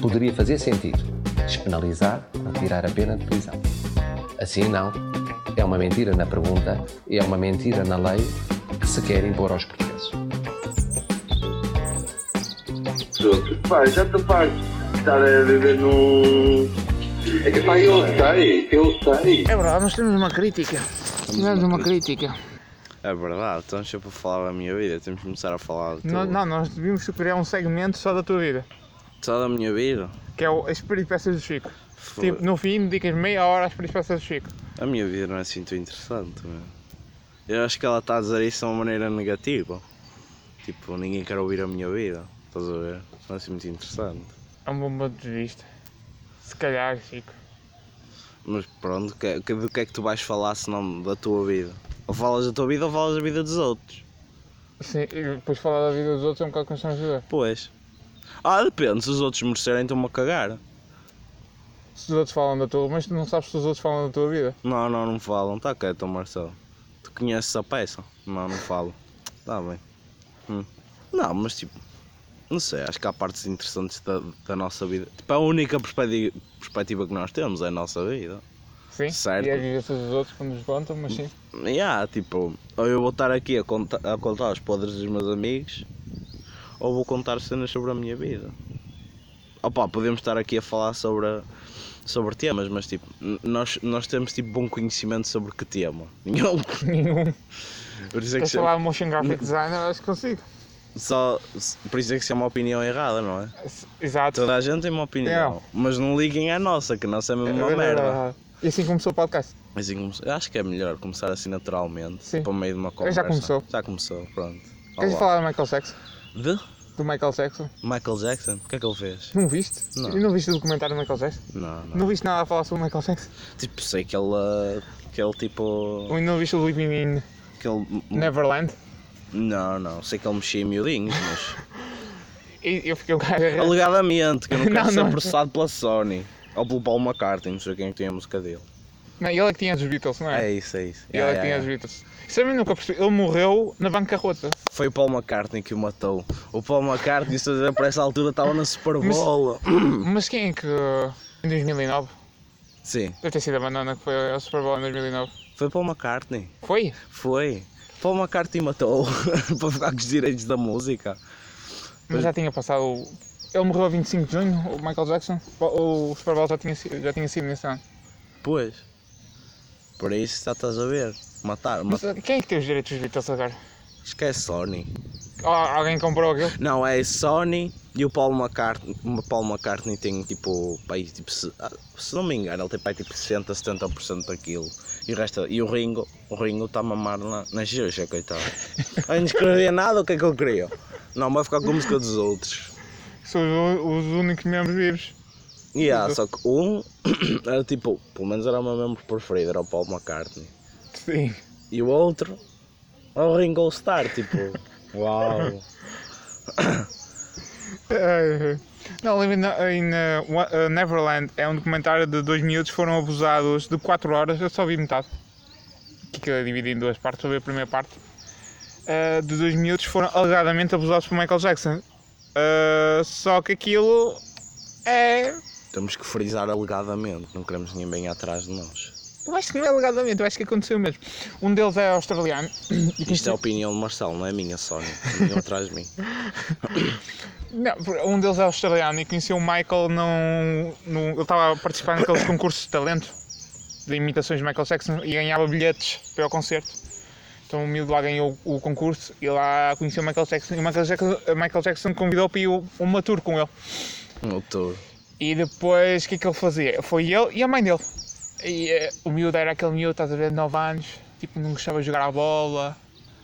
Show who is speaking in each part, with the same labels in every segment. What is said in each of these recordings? Speaker 1: poderia fazer sentido despenalizar ou tirar a pena de prisão. Assim não, é uma mentira na pergunta e é uma mentira na lei que se quer impor aos portugueses.
Speaker 2: Pá, já estou farto Tá, de estar a viver num... É que pá, eu sei, eu tá sei.
Speaker 3: É verdade, nós temos uma crítica. Temos uma crítica.
Speaker 4: É verdade, estamos sempre a falar da minha vida, temos que começar a falar de tudo.
Speaker 3: Não, não, nós devíamos criar um segmento só da tua vida,
Speaker 4: Só da minha vida?
Speaker 3: que é o, as peripécias do Chico.
Speaker 4: Fo-
Speaker 3: Tipo, no fim, dedicas meia hora às peripécias do Chico.
Speaker 4: A minha vida não é assim tão interessante, meu. Eu acho que ela está a dizer isso de uma maneira negativa. Tipo, ninguém quer ouvir a minha vida, estás a ver? Não é assim muito interessante.
Speaker 3: É um bom ponto de vista. Se calhar, Chico.
Speaker 4: Mas pronto, que, que, do que é que tu vais falar se não da tua vida? Ou falas da tua vida ou falas da vida dos outros?
Speaker 3: Sim, e depois falar da vida dos outros é um bocado constrangedor.
Speaker 4: Pois. Ah, depende, se os outros merecerem, estão-me a cagar.
Speaker 3: Se os outros falam da tua, mas tu não sabes se os outros falam da tua vida.
Speaker 4: Não, não, não falam. Está quieto, Marcelo. Tu conheces a peça? Não, não falo. Está bem. Hum. Não, mas tipo, não sei, acho que há partes interessantes da, da nossa vida. Tipo, a única perspecti- perspectiva que nós temos é a nossa vida.
Speaker 3: Sim?
Speaker 4: Certo.
Speaker 3: E as vivências dos outros quando nos contam, mas sim.
Speaker 4: E há, tipo, ou eu vou estar aqui a, conta- a contar os podres dos meus amigos, ou vou contar cenas sobre a minha vida. Opa, podemos estar aqui a falar sobre, a- sobre temas, mas tipo, n- nós, nós temos tipo bom conhecimento sobre que tema? Nenhum.
Speaker 3: Nenhum.
Speaker 4: Por isso é que
Speaker 3: Queres
Speaker 4: se-
Speaker 3: falar de motion graphic designer? Acho que consigo.
Speaker 4: só por isso é que isso é uma opinião errada, não é?
Speaker 3: Exato.
Speaker 4: Toda a gente tem uma opinião, mas não liguem à nossa, que a nossa é mesmo uma merda.
Speaker 3: E assim começou o podcast.
Speaker 4: Mas assim, come- eu acho que é melhor começar assim naturalmente,
Speaker 3: Sim.
Speaker 4: para o meio de uma
Speaker 3: Eu
Speaker 4: conversa.
Speaker 3: já começou.
Speaker 4: Já começou, pronto.
Speaker 3: Queres
Speaker 4: Olá.
Speaker 3: falar do Michael Jackson?
Speaker 4: De
Speaker 3: Do Michael Jackson?
Speaker 4: Michael Jackson? O que é que ele fez?
Speaker 3: Não viste?
Speaker 4: Não.
Speaker 3: E não viste o documentário do Michael Jackson?
Speaker 4: Não, não.
Speaker 3: Não viste nada a falar sobre o Michael Jackson?
Speaker 4: Tipo, sei que ele. ah, que ele tipo.
Speaker 3: Ou não viste o Living in
Speaker 4: Que ele,
Speaker 3: Neverland?
Speaker 4: não, não. Sei que ele mexia em miudinhos, mas.
Speaker 3: E eu fiquei um bocado arrepiado.
Speaker 4: alegadamente, que eu não quero
Speaker 3: Não,
Speaker 4: ser
Speaker 3: não.
Speaker 4: processado pela Sony. Ou pelo Paul McCartney, não sei quem é tem a música dele.
Speaker 3: Não, ele é que tinha dos Beatles, não é?
Speaker 4: É isso, é isso.
Speaker 3: Ele
Speaker 4: Yeah,
Speaker 3: é que
Speaker 4: yeah,
Speaker 3: tinha
Speaker 4: yeah.
Speaker 3: dos Beatles. Isso também nunca percebi. Ele morreu na bancarrota.
Speaker 4: Foi o Paul McCartney que o matou. O Paul McCartney, se eu dizer, para essa altura, estava na Super
Speaker 3: Mas-
Speaker 4: Bowl.
Speaker 3: Mas quem é que. Em 2009?
Speaker 4: Sim,
Speaker 3: Deve ter sido a banana que foi ao Super Bowl em 2009.
Speaker 4: foi Paul McCartney.
Speaker 3: Foi?
Speaker 4: Foi. Paul McCartney matou para ficar com os direitos da música.
Speaker 3: Mas já tinha passado. o- Ele morreu a 25 de junho, o Michael Jackson. O o Super Bowl já tinha, sido- já tinha sido nesse ano.
Speaker 4: Pois. Por isso já estás a ver. Matar,
Speaker 3: Mas
Speaker 4: matar.
Speaker 3: quem é que tem os direitos dos Beatles agora?
Speaker 4: Esquece Sony.
Speaker 3: Ou alguém comprou aquilo?
Speaker 4: Não, é Sony e o Paul McCartney. O Paul McCartney tem tipo. Pai, tipo se, ah, se não me engano, ele tem pai, tipo 60, 70% daquilo. E o resto. E o Ringo. O Ringo está a mamar na, na xuxa, coitado. Eu não escrevia nada, o que é que eu queria? Não, vai ficar com a música dos outros.
Speaker 3: São os, os únicos membros vivos.
Speaker 4: E há, só que um. era tipo. Pelo menos era o meu membro preferido, era o Paul McCartney.
Speaker 3: Sim.
Speaker 4: E o outro. É o Ringo Starr, tipo. Uau!
Speaker 3: Eh, Não, Living in eh, Wa- eh, Neverland é um documentário de dois miúdos que foram abusados de 4 horas, eu só vi metade. Que aquilo é dividido em duas partes, só vi a primeira parte. Eh, de dois miúdos que foram alegadamente abusados por Michael Jackson. Eh, só que aquilo é.
Speaker 4: Temos que frisar alegadamente, não queremos ninguém atrás de nós.
Speaker 3: Eu acho que não é alegadamente, eu acho que aconteceu mesmo. Um deles é australiano e que
Speaker 4: Isto é a opinião do Marcelo, não é minha, Sónia. Nenhum atrás de mim.
Speaker 3: Não, um deles é australiano e conheceu o Michael num. num ele estava a participar naqueles concursos de talento de imitações de Michael Jackson e ganhava bilhetes para o concerto. Então o miúdo lá ganhou o concurso e lá conheceu o Michael Jackson e o Michael Jackson, Michael Jackson convidou para ir uma tour com ele.
Speaker 4: Um tour.
Speaker 3: E depois o que é que ele fazia? Foi ele e a mãe dele. E eh, o miúdo era aquele miúdo, estás a ver, de 9 anos, tipo, não gostava de jogar à bola,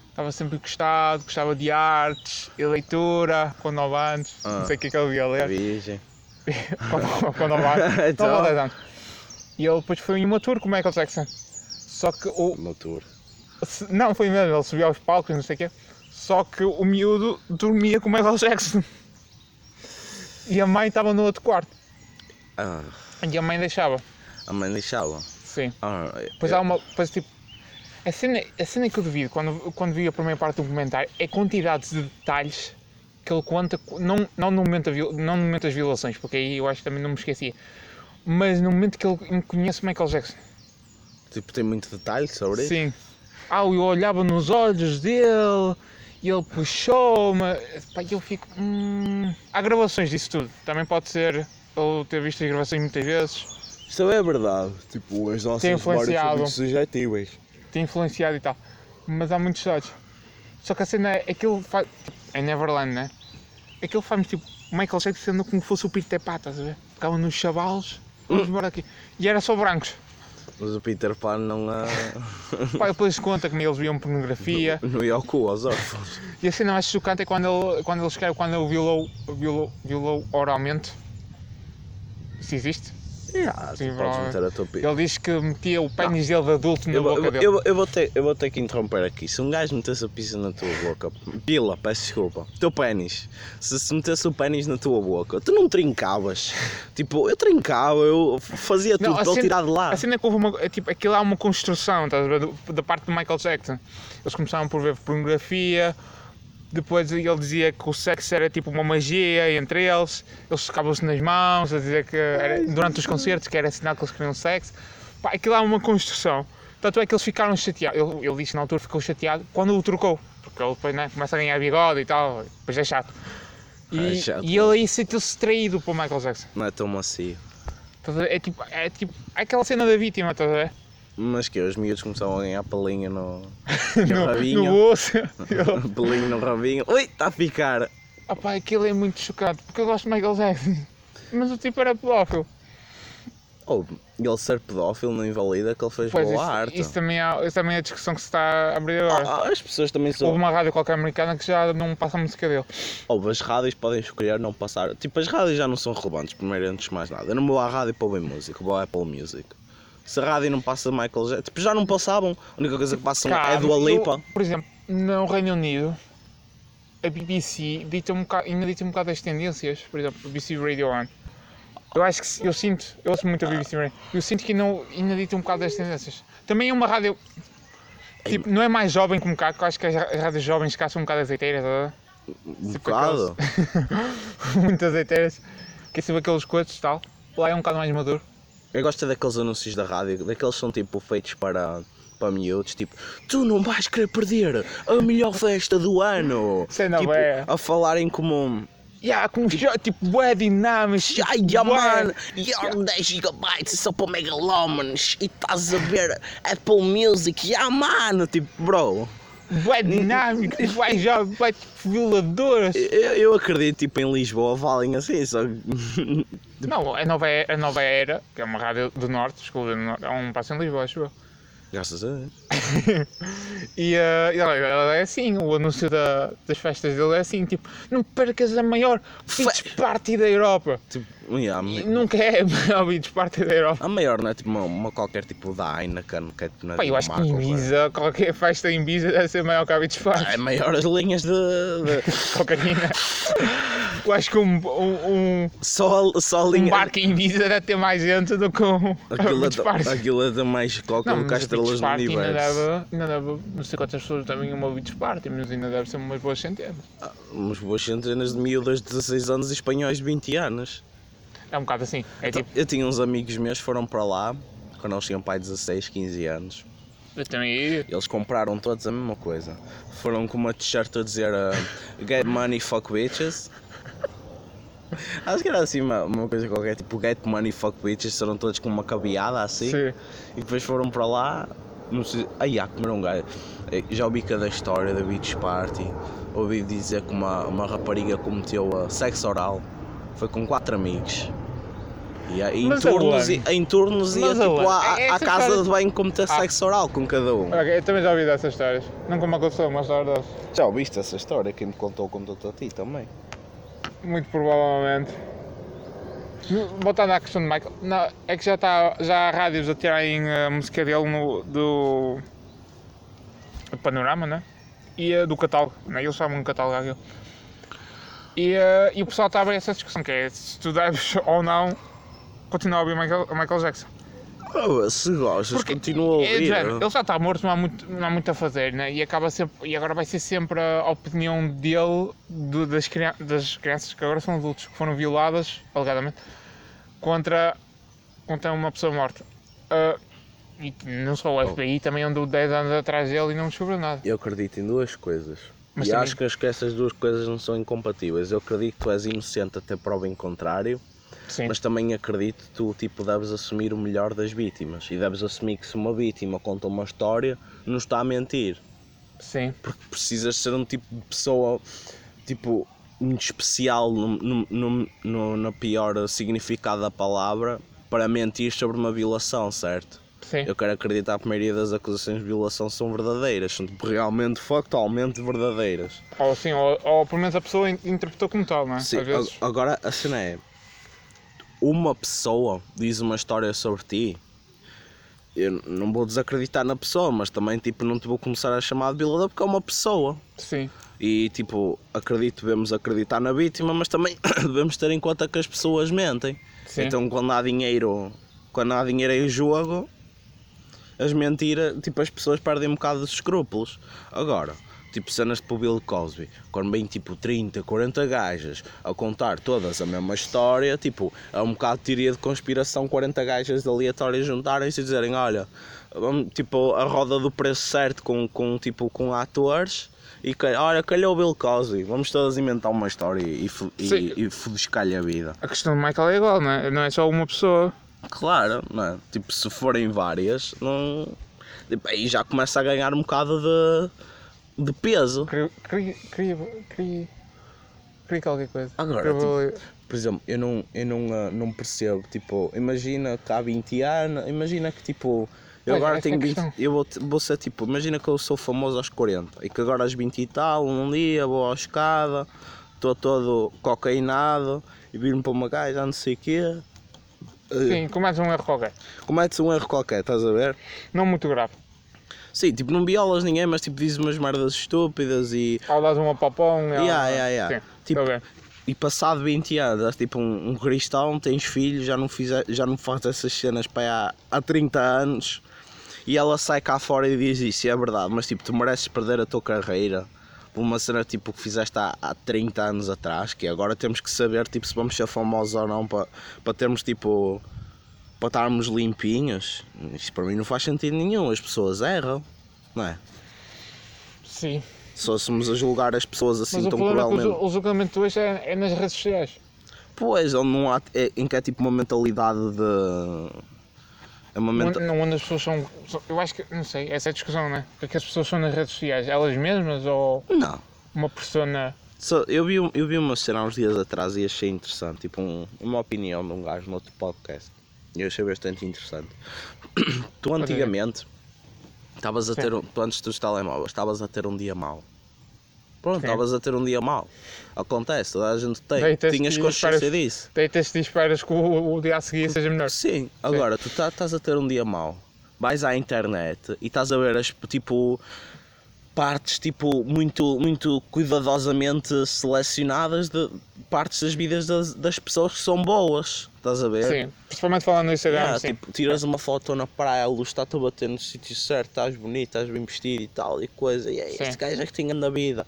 Speaker 3: estava sempre gostado, gostava de artes e leitura, com 9 anos,
Speaker 4: Ah.
Speaker 3: não sei o que é que ele ia ler.
Speaker 4: Virgem.
Speaker 3: quando, quando ele vai.
Speaker 4: Então.
Speaker 3: Então, E ele depois foi um em uma tour com o Michael Jackson. assim? Só que o.
Speaker 4: Uma tour.
Speaker 3: se- Não, foi mesmo, ele subiu aos palcos e não sei o quê. Só que o miúdo dormia com o Michael Jackson. E a mãe estava no outro quarto.
Speaker 4: Ah,
Speaker 3: E a mãe deixava.
Speaker 4: a mãe deixava.
Speaker 3: Sim.
Speaker 4: Ah,
Speaker 3: Depois
Speaker 4: eu-
Speaker 3: há uma. Depois tipo. A um cena, a cena que eu duvido quando, quando vi a primeira parte do documentário é a quantidade de detalhes que ele conta, não, não, no momento da viol- não no momento das violações, porque aí eu acho que também não me esqueci, mas no momento que ele conhece Michael Jackson.
Speaker 4: Tipo, tem muito detalhe sobre isso.
Speaker 3: um- Sim. Ah, eu olhava nos olhos dele e ele puxou-me. Pá, eu fico. hum. Há gravações disso tudo. Também pode ser ele ter visto as gravações muitas vezes,
Speaker 4: Isto é verdade. Tipo, as nossas
Speaker 3: Tem
Speaker 4: memórias são
Speaker 3: influenciado.
Speaker 4: muito subjetivas.
Speaker 3: ter influenciado e tal. Mas há muitos dados. Só que a cena é aquilo faz. É Neverland, né? Aquilo faz-me tipo Michael Jackson sendo como fosse o Peter Pan, estás a ver? Ficavam nos chavalos, vamos embora aqui. E era só brancos.
Speaker 4: Mas o Peter Pan não há.
Speaker 3: Pá, depois conta como eles viam pornografia.
Speaker 4: não ia ao cu aos órfãos.
Speaker 3: E assim não mais chocante é quando ele, quando ele escreve, quando ele violou, violou, violou oralmente. Isso existe?
Speaker 4: Yeah,
Speaker 3: Sim,
Speaker 4: Ah, tu podes
Speaker 3: vai.
Speaker 4: meter a tua pica.
Speaker 3: Ele diz que metia o pênis dele de adulto na
Speaker 4: Eu, vou-
Speaker 3: boca
Speaker 4: eu,
Speaker 3: dele.
Speaker 4: eu, eu, vou ter, eu vou ter que interromper aqui. Se um gajo metesse a pizza na tua boca, pila, peço desculpa, teu pênis. Se, se metesse o pênis na tua boca, tu não trincavas. Tipo, eu trincava, eu fazia tudo
Speaker 3: Não,
Speaker 4: para
Speaker 3: a
Speaker 4: ele
Speaker 3: cena-
Speaker 4: tirar de lá.
Speaker 3: A cena é que houve uma. é tipo, aquilo há uma construção, estás a ver? do- Da parte de Michael Jackson. Eles começaram por ver pornografia, depois ele dizia que o sexo era tipo uma magia entre eles, eles tocavam-se nas mãos, a dizer que era- durante os concertos que era sinal que eles queriam sexo. Pá, aquilo há uma construção. Tanto é que eles ficaram chateados. Ele, ele disse que na altura ficou chateado quando o trocou, porque ele depois né, começa a ganhar bigode e tal, depois é chato. E,
Speaker 4: É chato.
Speaker 3: e ele aí sentiu-se traído por Michael Jackson.
Speaker 4: Não é tão macio.
Speaker 3: Estás a ver? É tipo, é tipo é aquela cena da vítima, estás a ver?
Speaker 4: Mas que os miúdos começavam a ganhar pelinha no, no
Speaker 3: no, no
Speaker 4: rabinho.
Speaker 3: osso. Eu-
Speaker 4: pelinho no rabinho. Ui, está a ficar.
Speaker 3: Ah pá, aquilo é muito chocante, porque eu gosto de Michael Jackson. Mas o tipo era pedófilo.
Speaker 4: Oh, ele ser pedófilo não invalida que ele fez
Speaker 3: Pois,
Speaker 4: boa
Speaker 3: isso,
Speaker 4: arte.
Speaker 3: isso também é, isso também é a discussão que se está a abrir agora.
Speaker 4: Ah, as pessoas também são.
Speaker 3: Houve uma rádio qualquer americana que já não passa a música dele.
Speaker 4: Ou as rádios podem escolher não passar. Tipo, as rádios já não são relevantes, primeiro antes de mais nada. Eu não vou à rádio para ouvir música, vou à Apple Music. Se a rádio não passa Michael Jackson, tipo, já não passavam. A única coisa que passam
Speaker 3: Cara,
Speaker 4: é do Alipa.
Speaker 3: eu- por exemplo, no Reino Unido, a BBC dita um bocado, ainda dita um bocado as tendências, por exemplo, a BBC Radio 1. Eu acho que se- eu sinto, eu ouço muito a BBC Radio 1, eu sinto que não, ainda dita um bocado as tendências. Também é uma rádio. Tipo, não é mais jovem como cá, que eu acho que as ra- as rádios jovens cá são um bocado azeiteiras, tá?
Speaker 4: Um
Speaker 3: Tipo aquelas-
Speaker 4: bocado.
Speaker 3: muito azeiteiras, que é sempre aqueles cotos e tal. Lá é um bocado mais maduro.
Speaker 4: Eu gosto é daqueles anúncios da rádio, daqueles que são tipo feitos para, para miúdos, tipo, tu não vais querer perder a melhor festa do ano.
Speaker 3: Sei não,
Speaker 4: tipo,
Speaker 3: é.
Speaker 4: a falarem como um.
Speaker 3: Yeah, com jo- tipo, bué dinâmicos. tipo,
Speaker 4: Ai, yeah,
Speaker 3: bué-
Speaker 4: mano, yeah, 10 GB só para megalómanos e estás a ver Apple Music, yeah, mano, tipo, bro.
Speaker 3: bué dinâmicos, bué jovens, bué tipo, violadores.
Speaker 4: Eu, eu acredito, tipo, em Lisboa falem assim, só que-
Speaker 3: Não, a Nova Era, a Nova Era que é uma rádio do Norte, escolha do Norte, há um passo em Lisboa, acho eu.
Speaker 4: Graças a Deus.
Speaker 3: E eh, ela, ela é assim, o anúncio da- das festas dele é assim, tipo, não percas a maior beach party da Europa.
Speaker 4: Tipo, yeah, a
Speaker 3: E
Speaker 4: me-
Speaker 3: nunca é a maior beach party da Europa.
Speaker 4: a maior não é tipo uma, uma qualquer tipo da Heineken, que é tipo na
Speaker 3: Pá, eu acho que
Speaker 4: Dinamarca,
Speaker 3: em
Speaker 4: ou coisa.
Speaker 3: Ibiza, qualquer festa em Ibiza deve ser maior que a beach
Speaker 4: É
Speaker 3: party.
Speaker 4: maior as linhas de. de-
Speaker 3: Cocaína. Eu acho que um, um, um,
Speaker 4: Só, a- só a
Speaker 3: um
Speaker 4: linha.
Speaker 3: barco em Ibiza deve ter mais gente do que um a
Speaker 4: Aquilo é
Speaker 3: beach party.
Speaker 4: de- aquilo é de mais coca do que
Speaker 3: mas a
Speaker 4: as
Speaker 3: beach
Speaker 4: estrelas do
Speaker 3: party Ainda
Speaker 4: universo.
Speaker 3: deve, ainda deve, não sei quantas pessoas também uma beach party, mas ainda deve ser umas boas centenas.
Speaker 4: Umas boas centenas de miúdas de 16 anos e espanhóis de 20 anos.
Speaker 3: É um bocado assim. É tipo,
Speaker 4: Então, Eu tinha uns amigos meus que foram para lá quando eles tinham pai 16, 15 anos.
Speaker 3: eu também ia.
Speaker 4: Eles compraram todos a mesma coisa. Foram com uma t-shirt a dizer ah, Get money, fuck bitches. Acho que era assim uma, uma coisa qualquer, tipo Get money, fuck bitches. Foram todos com uma cabeada assim.
Speaker 3: Sim.
Speaker 4: E depois foram para lá. Não sei, aí há comer um gajo. Eh, Já ouvi cada história da Beach Party. Ouvi dizer que uma, uma rapariga cometeu ah, sexo oral. Foi com quatro amigos. E aí, em,
Speaker 3: Mas aonde?
Speaker 4: turnos, i- em turnos ia
Speaker 3: Mas
Speaker 4: tipo
Speaker 3: aonde?
Speaker 4: à,
Speaker 3: É
Speaker 4: à
Speaker 3: essa
Speaker 4: casa
Speaker 3: história- Ah.
Speaker 4: de banho cometer sexo oral com cada um.
Speaker 3: Ok, eu também já ouvi dessas histórias. Nunca me aconteceu uma história dessas.
Speaker 4: Já ouviste essa história? Quem me contou, contou-te a ti também.
Speaker 3: Muito provavelmente. Voltando à questão de Michael, não, é que já, está, já há rádios a tirarem a música dele no, do do panorama, né? E eh, do catálogo, né? Eles chamam de catálogo aquilo. E, eh, e o pessoal está a abrir essa discussão, que é se tu deves ou não continuar a ouvir Michael, Michael Jackson.
Speaker 4: Oh, se gostas,
Speaker 3: Porque
Speaker 4: continua a
Speaker 3: É, de
Speaker 4: ouvir.
Speaker 3: género, ele já está morto, não há muito, não há muito a fazer, né? E, acaba sempre, e agora vai ser sempre a opinião dele, do- das, crian- das crianças que agora são adultos, que foram violadas, alegadamente, contra, contra uma pessoa morta. Ah, e não só
Speaker 4: Oh.
Speaker 3: o FBI, também andou 10 anos atrás dele e não descobriu nada.
Speaker 4: Eu acredito em duas coisas.
Speaker 3: Mas
Speaker 4: e
Speaker 3: também-
Speaker 4: acho que, acho que essas duas coisas não são incompatíveis. Eu acredito que tu és inocente até prova em contrário,
Speaker 3: Sim.
Speaker 4: mas também acredito que tu tipo, deves assumir o melhor das vítimas. E deves assumir que se uma vítima conta uma história, não está a mentir.
Speaker 3: Sim.
Speaker 4: Porque precisas ser um tipo de pessoa tipo, muito especial no, no, no- no- no pior significado da palavra para mentir sobre uma violação, certo?
Speaker 3: Sim.
Speaker 4: Eu quero acreditar que a maioria das acusações de violação são verdadeiras, são tipo, realmente, factualmente verdadeiras.
Speaker 3: Ou, sim ou, ou pelo menos a pessoa in- interpretou como tal, não é?
Speaker 4: Sim,
Speaker 3: Às vezes.
Speaker 4: a- agora a cena é: uma pessoa diz uma história sobre ti. Eu n- não vou desacreditar na pessoa, mas também tipo, não te vou começar a chamar de violador porque é uma pessoa.
Speaker 3: Sim.
Speaker 4: E tipo, acredito, devemos acreditar na vítima, mas também devemos ter em conta que as pessoas mentem.
Speaker 3: Sim.
Speaker 4: Então quando há dinheiro, quando há dinheiro em jogo, as mentiras, tipo, as pessoas perdem um bocado dos escrúpulos. Agora, tipo cenas tipo Bill Cosby, quando vem tipo 30, 40 gajas a contar todas a mesma história, tipo, é um bocado de teoria de conspiração 40 gajas aleatórias juntarem-se e dizerem, olha, vamos, tipo, a roda do preço certo com, com tipo, com atores. E que, olha, calhou o Bill Cosby, vamos todas inventar uma história e, fu- e,
Speaker 3: Sim.
Speaker 4: e fudiscar-lhe a vida.
Speaker 3: A questão de Michael é igual, não é? Não é só uma pessoa.
Speaker 4: Claro, não é? Tipo, se forem várias, não. tipo, aí já começa a ganhar um bocado de. de peso.
Speaker 3: Queria. Queria. Queria. Queria, queria qualquer coisa.
Speaker 4: Agora, tipo,
Speaker 3: Queria-
Speaker 4: Por exemplo, eu não, eu não, ah, não percebo, tipo, imagina que há 20 anos, imagina que tipo. Eu
Speaker 3: Pois,
Speaker 4: agora
Speaker 3: essa é
Speaker 4: tenho
Speaker 3: a
Speaker 4: 20.
Speaker 3: questão.
Speaker 4: Eu vou, te- vou ser tipo, imagina que eu sou famoso aos 40 e que agora às 20 e tal, um dia vou à escada, estou todo cocainado e viro-me para uma gaja, não sei o quê. eh,
Speaker 3: Sim, com mais um erro qualquer.
Speaker 4: Cometes um erro qualquer, estás a ver?
Speaker 3: Não muito grave.
Speaker 4: Sim, tipo, não violas ninguém, mas tipo, dizes umas merdas estúpidas e.
Speaker 3: Ao dar uma papão.
Speaker 4: Yeah, yeah, yeah.
Speaker 3: Sim.
Speaker 4: Tipo,
Speaker 3: tá bem.
Speaker 4: e passado 20 anos, és tipo um, um cristão, tens filhos, já não, fize, já não fazes essas cenas para há, há 30 anos e ela sai cá fora e diz isso, e é verdade, mas tipo, tu mereces perder a tua carreira por uma cena tipo que fizeste há, há 30 anos atrás, que agora temos que saber tipo se vamos ser famosos ou não para, para termos tipo. para estarmos limpinhos. Isto para mim não faz sentido nenhum, as pessoas erram, não é?
Speaker 3: Sim.
Speaker 4: Se fôssemos a julgar as pessoas assim
Speaker 3: Mas o
Speaker 4: tão
Speaker 3: problema é que o
Speaker 4: cruelmente.
Speaker 3: ju- o julgamento hoje é, é nas redes sociais.
Speaker 4: Pois, onde não há, é- em que é tipo uma mentalidade de. É uma
Speaker 3: Onde,
Speaker 4: mentalidade.
Speaker 3: não, onde as pessoas são, são- Eu acho que. Não sei, essa é a discussão, não é? O que é que as pessoas são nas redes sociais? Elas mesmas ou
Speaker 4: Não.
Speaker 3: uma persona.
Speaker 4: Só- eu, vi, um- eu vi uma cena há uns dias atrás e achei interessante, tipo um- uma opinião de um gajo no outro podcast. E eu achei bastante interessante. Tu antigamente estavas a ter um, tu antes dos telemóveis, estavas a ter um dia mau. Pronto,
Speaker 3: Sim.
Speaker 4: estavas a ter um dia mau. Acontece, toda a gente tem.
Speaker 3: Deitas-te
Speaker 4: Tinhas
Speaker 3: e
Speaker 4: consciência
Speaker 3: esperas-
Speaker 4: disso.
Speaker 3: Deitas-te e esperas que o, o dia a seguir seja melhor.
Speaker 4: Sim, agora tu estás a ter um dia mau, vais à internet e estás a ver as tipo partes tipo muito muito cuidadosamente selecionadas de partes das vidas das, das pessoas que são boas, estás a ver?
Speaker 3: Sim. Principalmente falando no Instagram,
Speaker 4: Yeah,
Speaker 3: sim.
Speaker 4: tipo, tiras uma foto na praia, a luz está-te a bater no sítio certo, estás bonito, estás bem vestido e tal e coisa, e aí,
Speaker 3: Sim.
Speaker 4: esse gajo é que tinha na vida.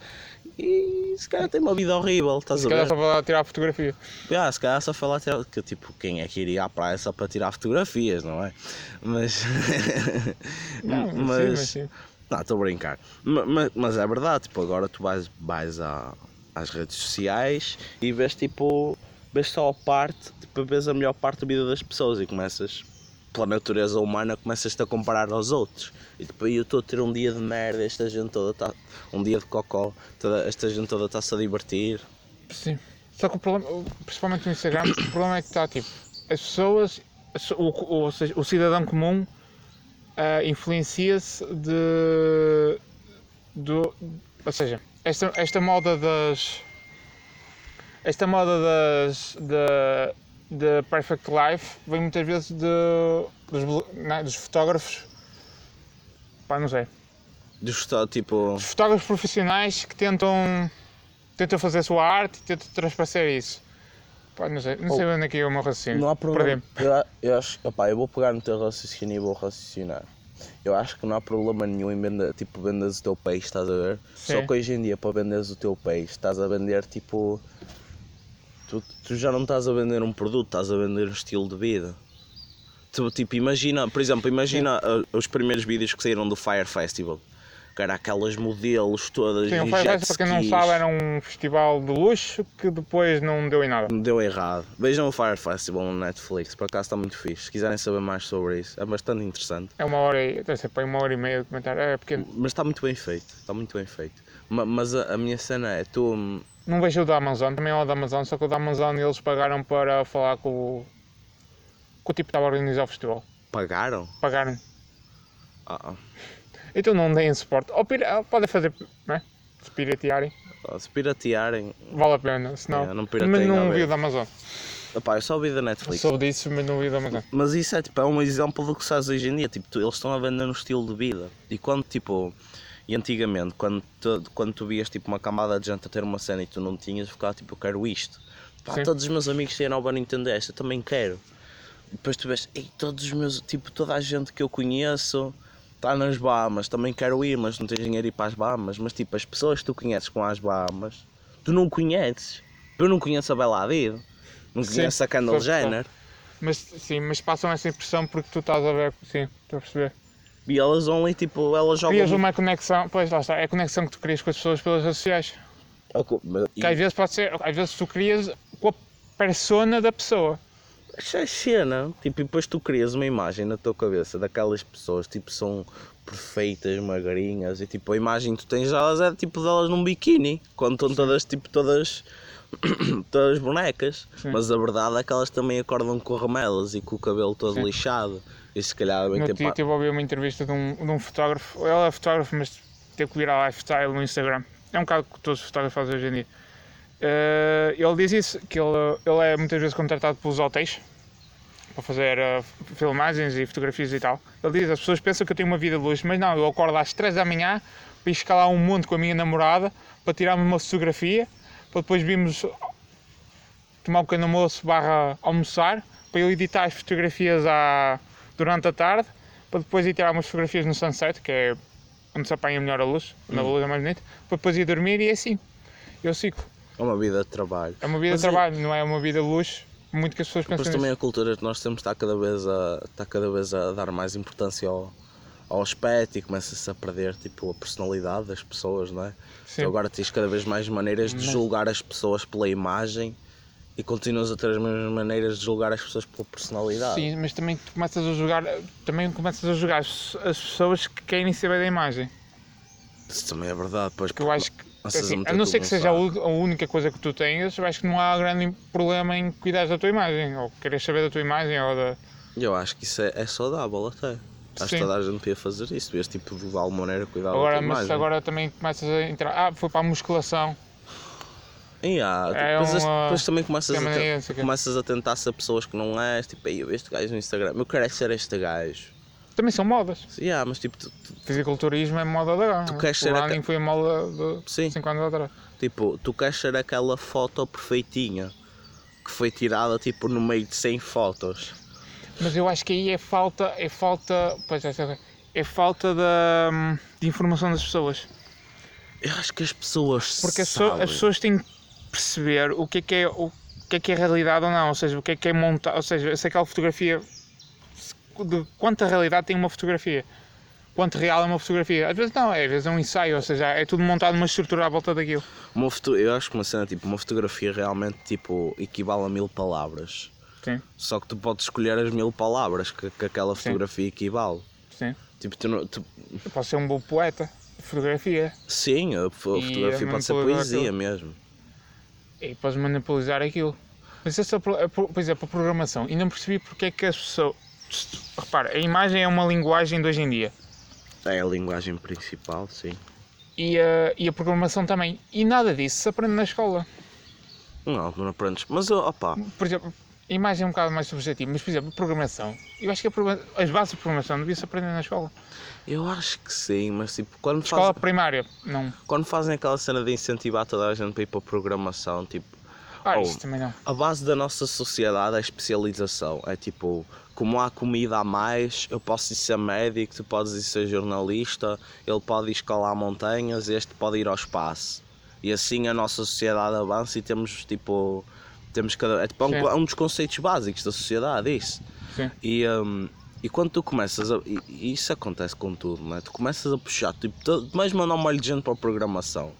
Speaker 4: E esse cara tem uma vida horrível, estás
Speaker 3: Se
Speaker 4: a ver?
Speaker 3: calhar só para lá tirar a fotografia.
Speaker 4: Ah, se calhar só foi lá tirar. Que, tipo, quem é que iria à praia só para tirar fotografias, não é? Mas. Hum,
Speaker 3: Não, sim, mas sim.
Speaker 4: Não, estou tá, a brincar. Ma- ma- Mas, é verdade, tipo, agora tu vais, vais à- às redes sociais e vês, tipo, vês só a parte, tipo, vês a melhor parte da vida das pessoas e começas, pela natureza humana, começas-te a comparar aos outros. E tipo, eu estou a ter um dia de merda, esta gente toda está. Um dia de cocó, toda, esta gente toda está-se a divertir.
Speaker 3: Sim. Só que o problema, principalmente no Instagram, o problema é que está tipo, as pessoas, as- o, o- ou seja, o cidadão comum ah, influencia-se de. Do, ou seja, esta, esta moda das. Esta moda das. da da Perfect Life vem muitas vezes de, dos, blo- não é? dos fotógrafos. Pá, não sei.
Speaker 4: Justo, tipo.
Speaker 3: Os fotógrafos profissionais que tentam, tentam fazer a sua arte e tentam transparecer isso. Pá, não sei, não sei onde é que é o meu raciocínio.
Speaker 4: Oh. Não há problema.
Speaker 3: Perdi-me.
Speaker 4: Eu, a- eu acho, opá, eu vou pegar no teu raciocínio e vou raciocinar. Eu acho que não há problema nenhum em vender, tipo, venderes o teu peixe, estás a ver? Só
Speaker 3: Sim.
Speaker 4: que hoje em dia, para venderes o teu peixe, estás a vender tipo. Tu, tu já não estás a vender um produto, estás a vender um estilo de vida. Tu, tipo, imagina, por exemplo, imagina uh, os primeiros vídeos que saíram do Fire Festival. Cara, aquelas modelos todas.
Speaker 3: Sim,
Speaker 4: e
Speaker 3: o Fire
Speaker 4: jet
Speaker 3: Festival, para quem não
Speaker 4: skis.
Speaker 3: sabe, era um festival de luxo que depois não deu em nada.
Speaker 4: Deu errado. Vejam o Fire Festival no Netflix, por acaso está muito fixe. Se quiserem saber mais sobre isso, é bastante interessante.
Speaker 3: É uma hora e. Deve ser para uma hora e meia de comentário. É pequeno.
Speaker 4: Mas está muito bem feito, está muito bem feito. Ma- Mas a, a minha cena é, tu. hum,
Speaker 3: Não vejo o da Amazon, também é o da Amazon, só que o da Amazon eles pagaram para falar com o. com o tipo que estava a organizar o festival.
Speaker 4: pagaram?
Speaker 3: Pagaram.
Speaker 4: Ah,
Speaker 3: Então não deem suporte. Ou pira... ou podem fazer. Não é? Se piratearem,
Speaker 4: ah, se piratearem.
Speaker 3: vale a pena. Se não.
Speaker 4: É, não pirateiem,
Speaker 3: mas
Speaker 4: não
Speaker 3: não
Speaker 4: é.
Speaker 3: vi o da Amazon.
Speaker 4: Epá, eu só vi da Netflix.
Speaker 3: Soube disso, mas não vi o da Amazon.
Speaker 4: Mas isso é tipo, é um exemplo do que se faz hoje em dia. Tipo, tu- eles estão a vender um estilo de vida. E quando tipo. E antigamente, quando tu, quando tu vias tipo, uma camada de gente a ter uma cena e tu não tinhas, ficava tipo, eu quero isto. Pá,
Speaker 3: Sim.
Speaker 4: todos os meus amigos "Oh, têm a nova Nintendo DS, eu também quero. Depois tu vês, ei, todos os meus, tipo, toda a gente que eu conheço está nas Bahamas, também quero ir, mas não tens dinheiro ir para as Bahamas. Mas tipo, as pessoas que tu conheces com as Bahamas, tu não conheces. Eu não conheço a Bela Hadid, não
Speaker 3: Sim,
Speaker 4: conheço a Kendall
Speaker 3: sou a pessoa.
Speaker 4: Jenner.
Speaker 3: Mas sim, mas passam essa impressão porque tu estás a ver. Sim, estou a perceber.
Speaker 4: E elas only, tipo, elas jogam.
Speaker 3: Crias uma conexão, pois lá está, é a conexão que tu crias com as pessoas pelas redes sociais.
Speaker 4: Ok, mas-
Speaker 3: Que às vezes pode ser, às vezes tu crias com a persona da pessoa.
Speaker 4: Isso é cena. Tipo, e depois tu crias uma imagem na tua cabeça daquelas pessoas, tipo, são perfeitas, magrinhas, e tipo, a imagem que tu tens delas é tipo delas num biquíni, quando estão todas, tipo, todas. todas bonecas.
Speaker 3: Sim.
Speaker 4: Mas a verdade é que elas também acordam com ramelas e com o cabelo todo
Speaker 3: Sim.
Speaker 4: lixado. E se calhar tipo, bem
Speaker 3: No outro
Speaker 4: tempo.
Speaker 3: dia tipo, tive a ouvir uma entrevista de um, de um fotógrafo, ele é fotógrafo, mas teve que virar lifestyle no Instagram. É um bocado que todos os fotógrafos fazem hoje em dia. Eh, ele diz isso, que ele, ele é muitas vezes contratado pelos hotéis para fazer eh, filmagens e fotografias e tal. Ele diz, as pessoas pensam que eu tenho uma vida de luxo, mas não, eu acordo às 3 da manhã para ir escalar um monte com a minha namorada para tirarmos uma fotografia, para depois virmos tomar um pequeno almoço barra almoçar, para eu editar as fotografias à- durante a tarde, para depois ir tirar umas fotografias no sunset, que é onde se apanha melhor a luz, onde
Speaker 4: Hum.
Speaker 3: a luz é mais bonita, para depois ir dormir e é assim. Eu sigo.
Speaker 4: É uma vida de trabalho.
Speaker 3: É uma vida
Speaker 4: Mas
Speaker 3: de
Speaker 4: é-
Speaker 3: trabalho, não é uma vida de luxo, muito que as pessoas
Speaker 4: Mas
Speaker 3: pensam
Speaker 4: também é
Speaker 3: nisso.
Speaker 4: a cultura que nós temos está cada vez a, está cada vez a dar mais importância ao, ao aspecto e começa-se a perder tipo, a personalidade das pessoas, não é?
Speaker 3: Sim.
Speaker 4: Tu agora tens cada vez mais maneiras de julgar as pessoas pela imagem e continuas a ter as mesmas maneiras de julgar as pessoas pela personalidade.
Speaker 3: Sim, mas também tu começas a jogar, também começas a jogar as as pessoas que querem saber da imagem.
Speaker 4: Isso também é verdade, pois.
Speaker 3: Que eu acho que,
Speaker 4: Nossa,
Speaker 3: assim,
Speaker 4: muito
Speaker 3: a não ser que seja a
Speaker 4: avançado.
Speaker 3: u- a única coisa que tu tenhas, eu acho que não há grande problema em cuidares da tua imagem, ou querer saber da tua imagem, ou da,
Speaker 4: Eu acho que isso é, é saudável até. Acho
Speaker 3: Sim.
Speaker 4: que toda a gente devia fazer isso, devias tipo, de alguma maneira cuidar da
Speaker 3: Agora,
Speaker 4: tua
Speaker 3: mas
Speaker 4: imagem.
Speaker 3: agora também começas a entrar. Ah, foi para a musculação.
Speaker 4: E há,
Speaker 3: É
Speaker 4: ah, tipo, depois,
Speaker 3: uma-
Speaker 4: depois também começas a,
Speaker 3: uma
Speaker 4: te-
Speaker 3: doença, cara.
Speaker 4: começas a tentar-se a pessoas que não és, tipo, aí eu vi este gajo no Instagram, eu quero é ser este gajo.
Speaker 3: Também são modas.
Speaker 4: E há, mas tipo, tu- tu-
Speaker 3: Fisiculturismo é moda de agora.
Speaker 4: Tu queres
Speaker 3: o
Speaker 4: ser
Speaker 3: running
Speaker 4: aca-
Speaker 3: foi moda
Speaker 4: Sim.
Speaker 3: de 5 anos atrás.
Speaker 4: tipo, tu queres ser aquela foto perfeitinha que foi tirada tipo no meio de 100 fotos.
Speaker 3: Mas eu acho que aí é falta. É falta. Pois é, é falta da, hum, de informação das pessoas.
Speaker 4: Eu acho que as pessoas
Speaker 3: Porque as, so-
Speaker 4: sabem.
Speaker 3: as pessoas têm que perceber o que é que é, o que é que é realidade ou não, ou seja, o que é que é montar, ou seja, se aquela fotografia se- de quanta realidade tem uma fotografia, quanto real é uma fotografia. Às vezes não, é, às vezes é um ensaio, ou seja, é tudo montado uma estrutura à volta daquilo.
Speaker 4: Uma foto- Eu acho que uma cena, tipo, uma fotografia realmente tipo, equivale a mil palavras.
Speaker 3: Sim,
Speaker 4: Só que tu podes escolher as mil palavras que, que aquela fotografia equivale.
Speaker 3: sim.
Speaker 4: Tipo, tu, não- tu,
Speaker 3: Eu posso ser um bom poeta, de fotografia,
Speaker 4: Sim, a, fo- a
Speaker 3: E
Speaker 4: fotografia
Speaker 3: a
Speaker 4: pode ser
Speaker 3: manipuladora
Speaker 4: poesia
Speaker 3: aquilo.
Speaker 4: mesmo.
Speaker 3: e podes manipulizar aquilo. Mas essa, pro- a pro- é, por exemplo, a programação, e não percebi porque é que as pessoas. Repara, a imagem é uma linguagem de hoje em dia.
Speaker 4: É a linguagem principal, sim.
Speaker 3: E a, e a programação também. E nada disso se aprende na escola.
Speaker 4: Não, não aprendes. Mas ó, opá,
Speaker 3: Por exemplo, a imagem é um bocado mais subjetiva, mas por exemplo, a programação. Eu acho que a programa- as bases de programação devia-se aprender na escola.
Speaker 4: eu acho que sim, mas tipo, quando, faz-
Speaker 3: Escola primária, não.
Speaker 4: quando fazem aquela cena de incentivar toda a gente para ir para a programação, tipo,
Speaker 3: Ah,
Speaker 4: Oh.
Speaker 3: isso também não.
Speaker 4: A base da nossa sociedade é a especialização. É tipo, como há comida a mais, eu posso ir ser médico, tu podes ir ser jornalista, ele pode ir escalar montanhas, este pode ir ao espaço. E assim a nossa sociedade avança e temos tipo. Temos cada, é tipo, é um,
Speaker 3: Sim.
Speaker 4: é um dos conceitos básicos da sociedade, isso.
Speaker 3: Sim.
Speaker 4: E, hum, e quando tu começas a. E, e isso acontece com tudo, não é? Tu começas a puxar, tipo, to- mas mandar uma gente para a programação.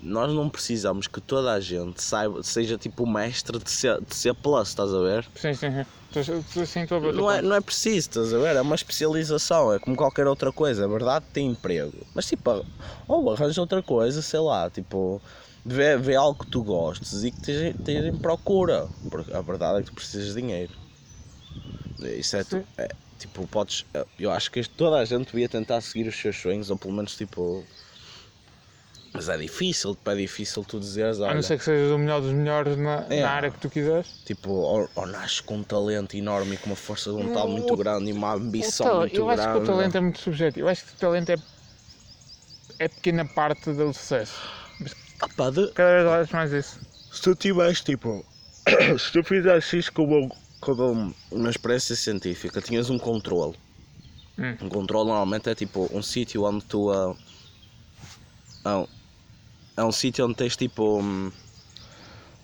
Speaker 4: Nós não precisamos que toda a gente saiba, seja tipo mestre de C, de C++, estás a ver?
Speaker 3: Sim, sim, sim. Estou- estou- Sim, estou a ver.
Speaker 4: Não é, não é preciso, estás a ver? É uma especialização, é como qualquer outra coisa. É verdade, que tem emprego. Mas tipo, ou arranja outra coisa, sei lá, tipo, vê, vê algo que tu gostes e que esteja esteja em procura. Porque a verdade é que tu precisas de dinheiro. Isso é, tu-
Speaker 3: Sim.
Speaker 4: é, tipo, podes. Eu acho que toda a gente devia tentar seguir os seus sonhos, ou pelo menos tipo. Mas é difícil, tipo, é difícil tu dizeres,
Speaker 3: A não
Speaker 4: olha,
Speaker 3: ser que sejas o melhor dos melhores na,
Speaker 4: É.
Speaker 3: na área que tu quiseres.
Speaker 4: tipo, ou, ou nasces com um talento enorme e com uma força de vontade
Speaker 3: Não,
Speaker 4: muito
Speaker 3: Hum, o-
Speaker 4: grande e uma ambição
Speaker 3: O tal-
Speaker 4: muito
Speaker 3: eu acho
Speaker 4: grande.
Speaker 3: que o talento é muito subjetivo. Eu acho que o talento é, é pequena parte do sucesso.
Speaker 4: Ah pá, de-
Speaker 3: Cada vez olhas mais isso.
Speaker 4: se tu tiveres tipo, se tu fizesses isso como, como uma experiência científica, tinhas um controle.
Speaker 3: Hum.
Speaker 4: Um controle normalmente é tipo um sítio onde tu ah, é um, é um sítio onde tens tipo hum,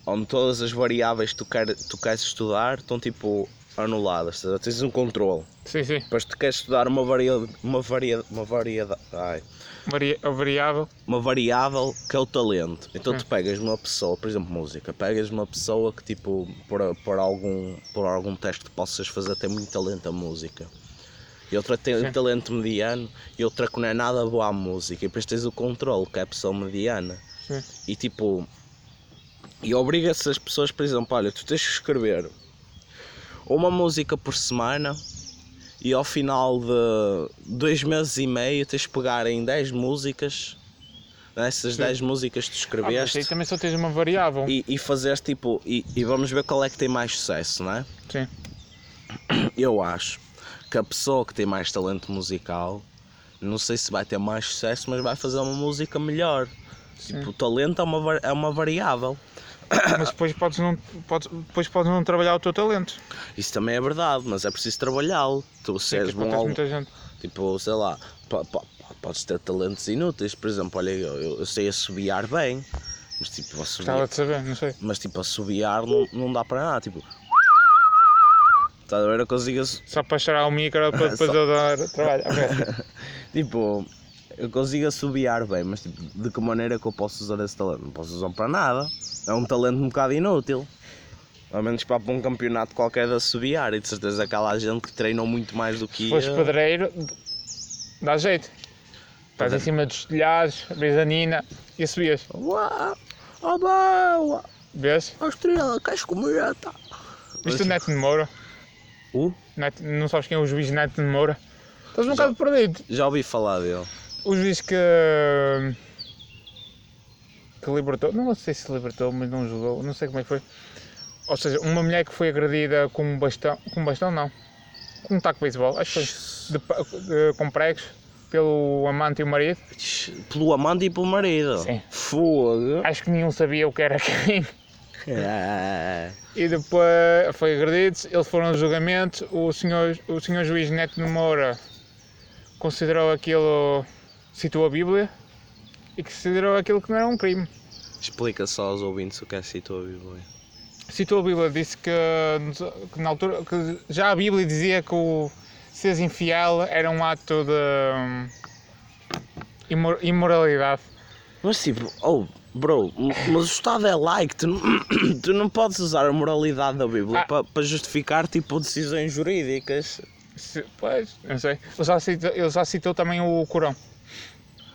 Speaker 4: onde todas as variáveis que tu, quer, tu queres estudar estão tipo anuladas, estás a ver? tens um controle.
Speaker 3: Sim, sim.
Speaker 4: Depois tu queres estudar uma variável uma varia, uma variedade. Ai,
Speaker 3: Varia, a variável. Ah,
Speaker 4: uma variável que é o talento. Então tu pegas uma pessoa, por exemplo, música, pegas uma pessoa que tipo, por, por, algum, por algum teste que possas fazer, tem muito talento a música. E outra tem
Speaker 3: Sim.
Speaker 4: talento mediano e outra que não é nada boa à música. E depois tens o controle, que é a pessoa mediana.
Speaker 3: Sim.
Speaker 4: E tipo. E obriga essas pessoas, por exemplo, olha, tu tens que escrever uma música por semana e ao final de dois meses e meio tens de pegar em 10 músicas, né? essas
Speaker 3: Sim.
Speaker 4: 10 músicas que tu
Speaker 3: Ah, mas aí
Speaker 4: escreveste
Speaker 3: também é só tens uma variável.
Speaker 4: e, e fazeres tipo. E, e vamos ver qual é que tem mais sucesso, não é?
Speaker 3: Sim.
Speaker 4: Eu acho que a pessoa que tem mais talento musical, não sei se vai ter mais sucesso, mas vai fazer uma música melhor. Tipo, o talento é uma, var- é uma variável.
Speaker 3: Mas depois podes, não, podes, depois podes não trabalhar o teu talento.
Speaker 4: Isso também é verdade, mas é preciso trabalhá-lo. Tu se
Speaker 3: Sim,
Speaker 4: és
Speaker 3: que
Speaker 4: bom
Speaker 3: acontece
Speaker 4: aluno,
Speaker 3: muita gente.
Speaker 4: tipo, sei lá, po- po- podes ter talentos inúteis. Por exemplo, olha, eu, eu- eu sei assobiar bem, mas tipo,
Speaker 3: Gostava
Speaker 4: assobiar,
Speaker 3: de saber, não sei.
Speaker 4: mas, tipo, assobiar não, não dá para nada. Tipo, estás a ver? Eu consigo asso-
Speaker 3: Só para cheirar o micro para depois
Speaker 4: Só-
Speaker 3: eu dar trabalho. Ok.
Speaker 4: Tipo, eu consigo assobiar bem, mas tipo, de que maneira que eu posso usar esse talento? Não posso usar para nada. É um talento um bocado inútil. Ao menos para um campeonato qualquer de assobiar. E de certeza que há lá gente que treinou muito mais do que
Speaker 3: Se fores
Speaker 4: eu.
Speaker 3: pedreiro, dá jeito. Estás em cima dos telhados, vês a Nina e subias.
Speaker 4: Uau! Oh, boa!
Speaker 3: Vês?
Speaker 4: Estrela, queres comer? Tá.
Speaker 3: Viste o Neto de Moura?
Speaker 4: Uh,
Speaker 3: Neto- não sabes quem é o juiz Neto de Moura? Estás um bocado perdido.
Speaker 4: já ouvi falar dele.
Speaker 3: O juiz que. que libertou. Não sei se libertou, mas não julgou. Não sei como é que foi. Ou seja, uma mulher que foi agredida com um bastão. com um bastão, não. Com um taco de beisebol, acho que foi. De pa- de- com pregos, pelo amante e o marido.
Speaker 4: Pelo amante e pelo marido.
Speaker 3: Sim.
Speaker 4: Fogo.
Speaker 3: Acho que nenhum sabia o que era quem.
Speaker 4: É.
Speaker 3: E depois foi agredido, eles foram a julgamento, o senhor, o senhor juiz Neto de Moura considerou aquilo, citou a Bíblia e considerou aquilo que não era um crime.
Speaker 4: Explica só aos ouvintes o que é citou a Bíblia.
Speaker 3: Citou a Bíblia, disse que, eh, que na altura que já a Bíblia dizia que o ser infiel era um ato de hum, imor- imoralidade.
Speaker 4: Mas tipo, oh, bro, mas o Estado é laico, tu, não- tu não podes usar a moralidade da Bíblia
Speaker 3: Ah.
Speaker 4: para justificar tipo decisões jurídicas.
Speaker 3: Se- Pois, não sei. Ele já citou, ele já citou também o Corão.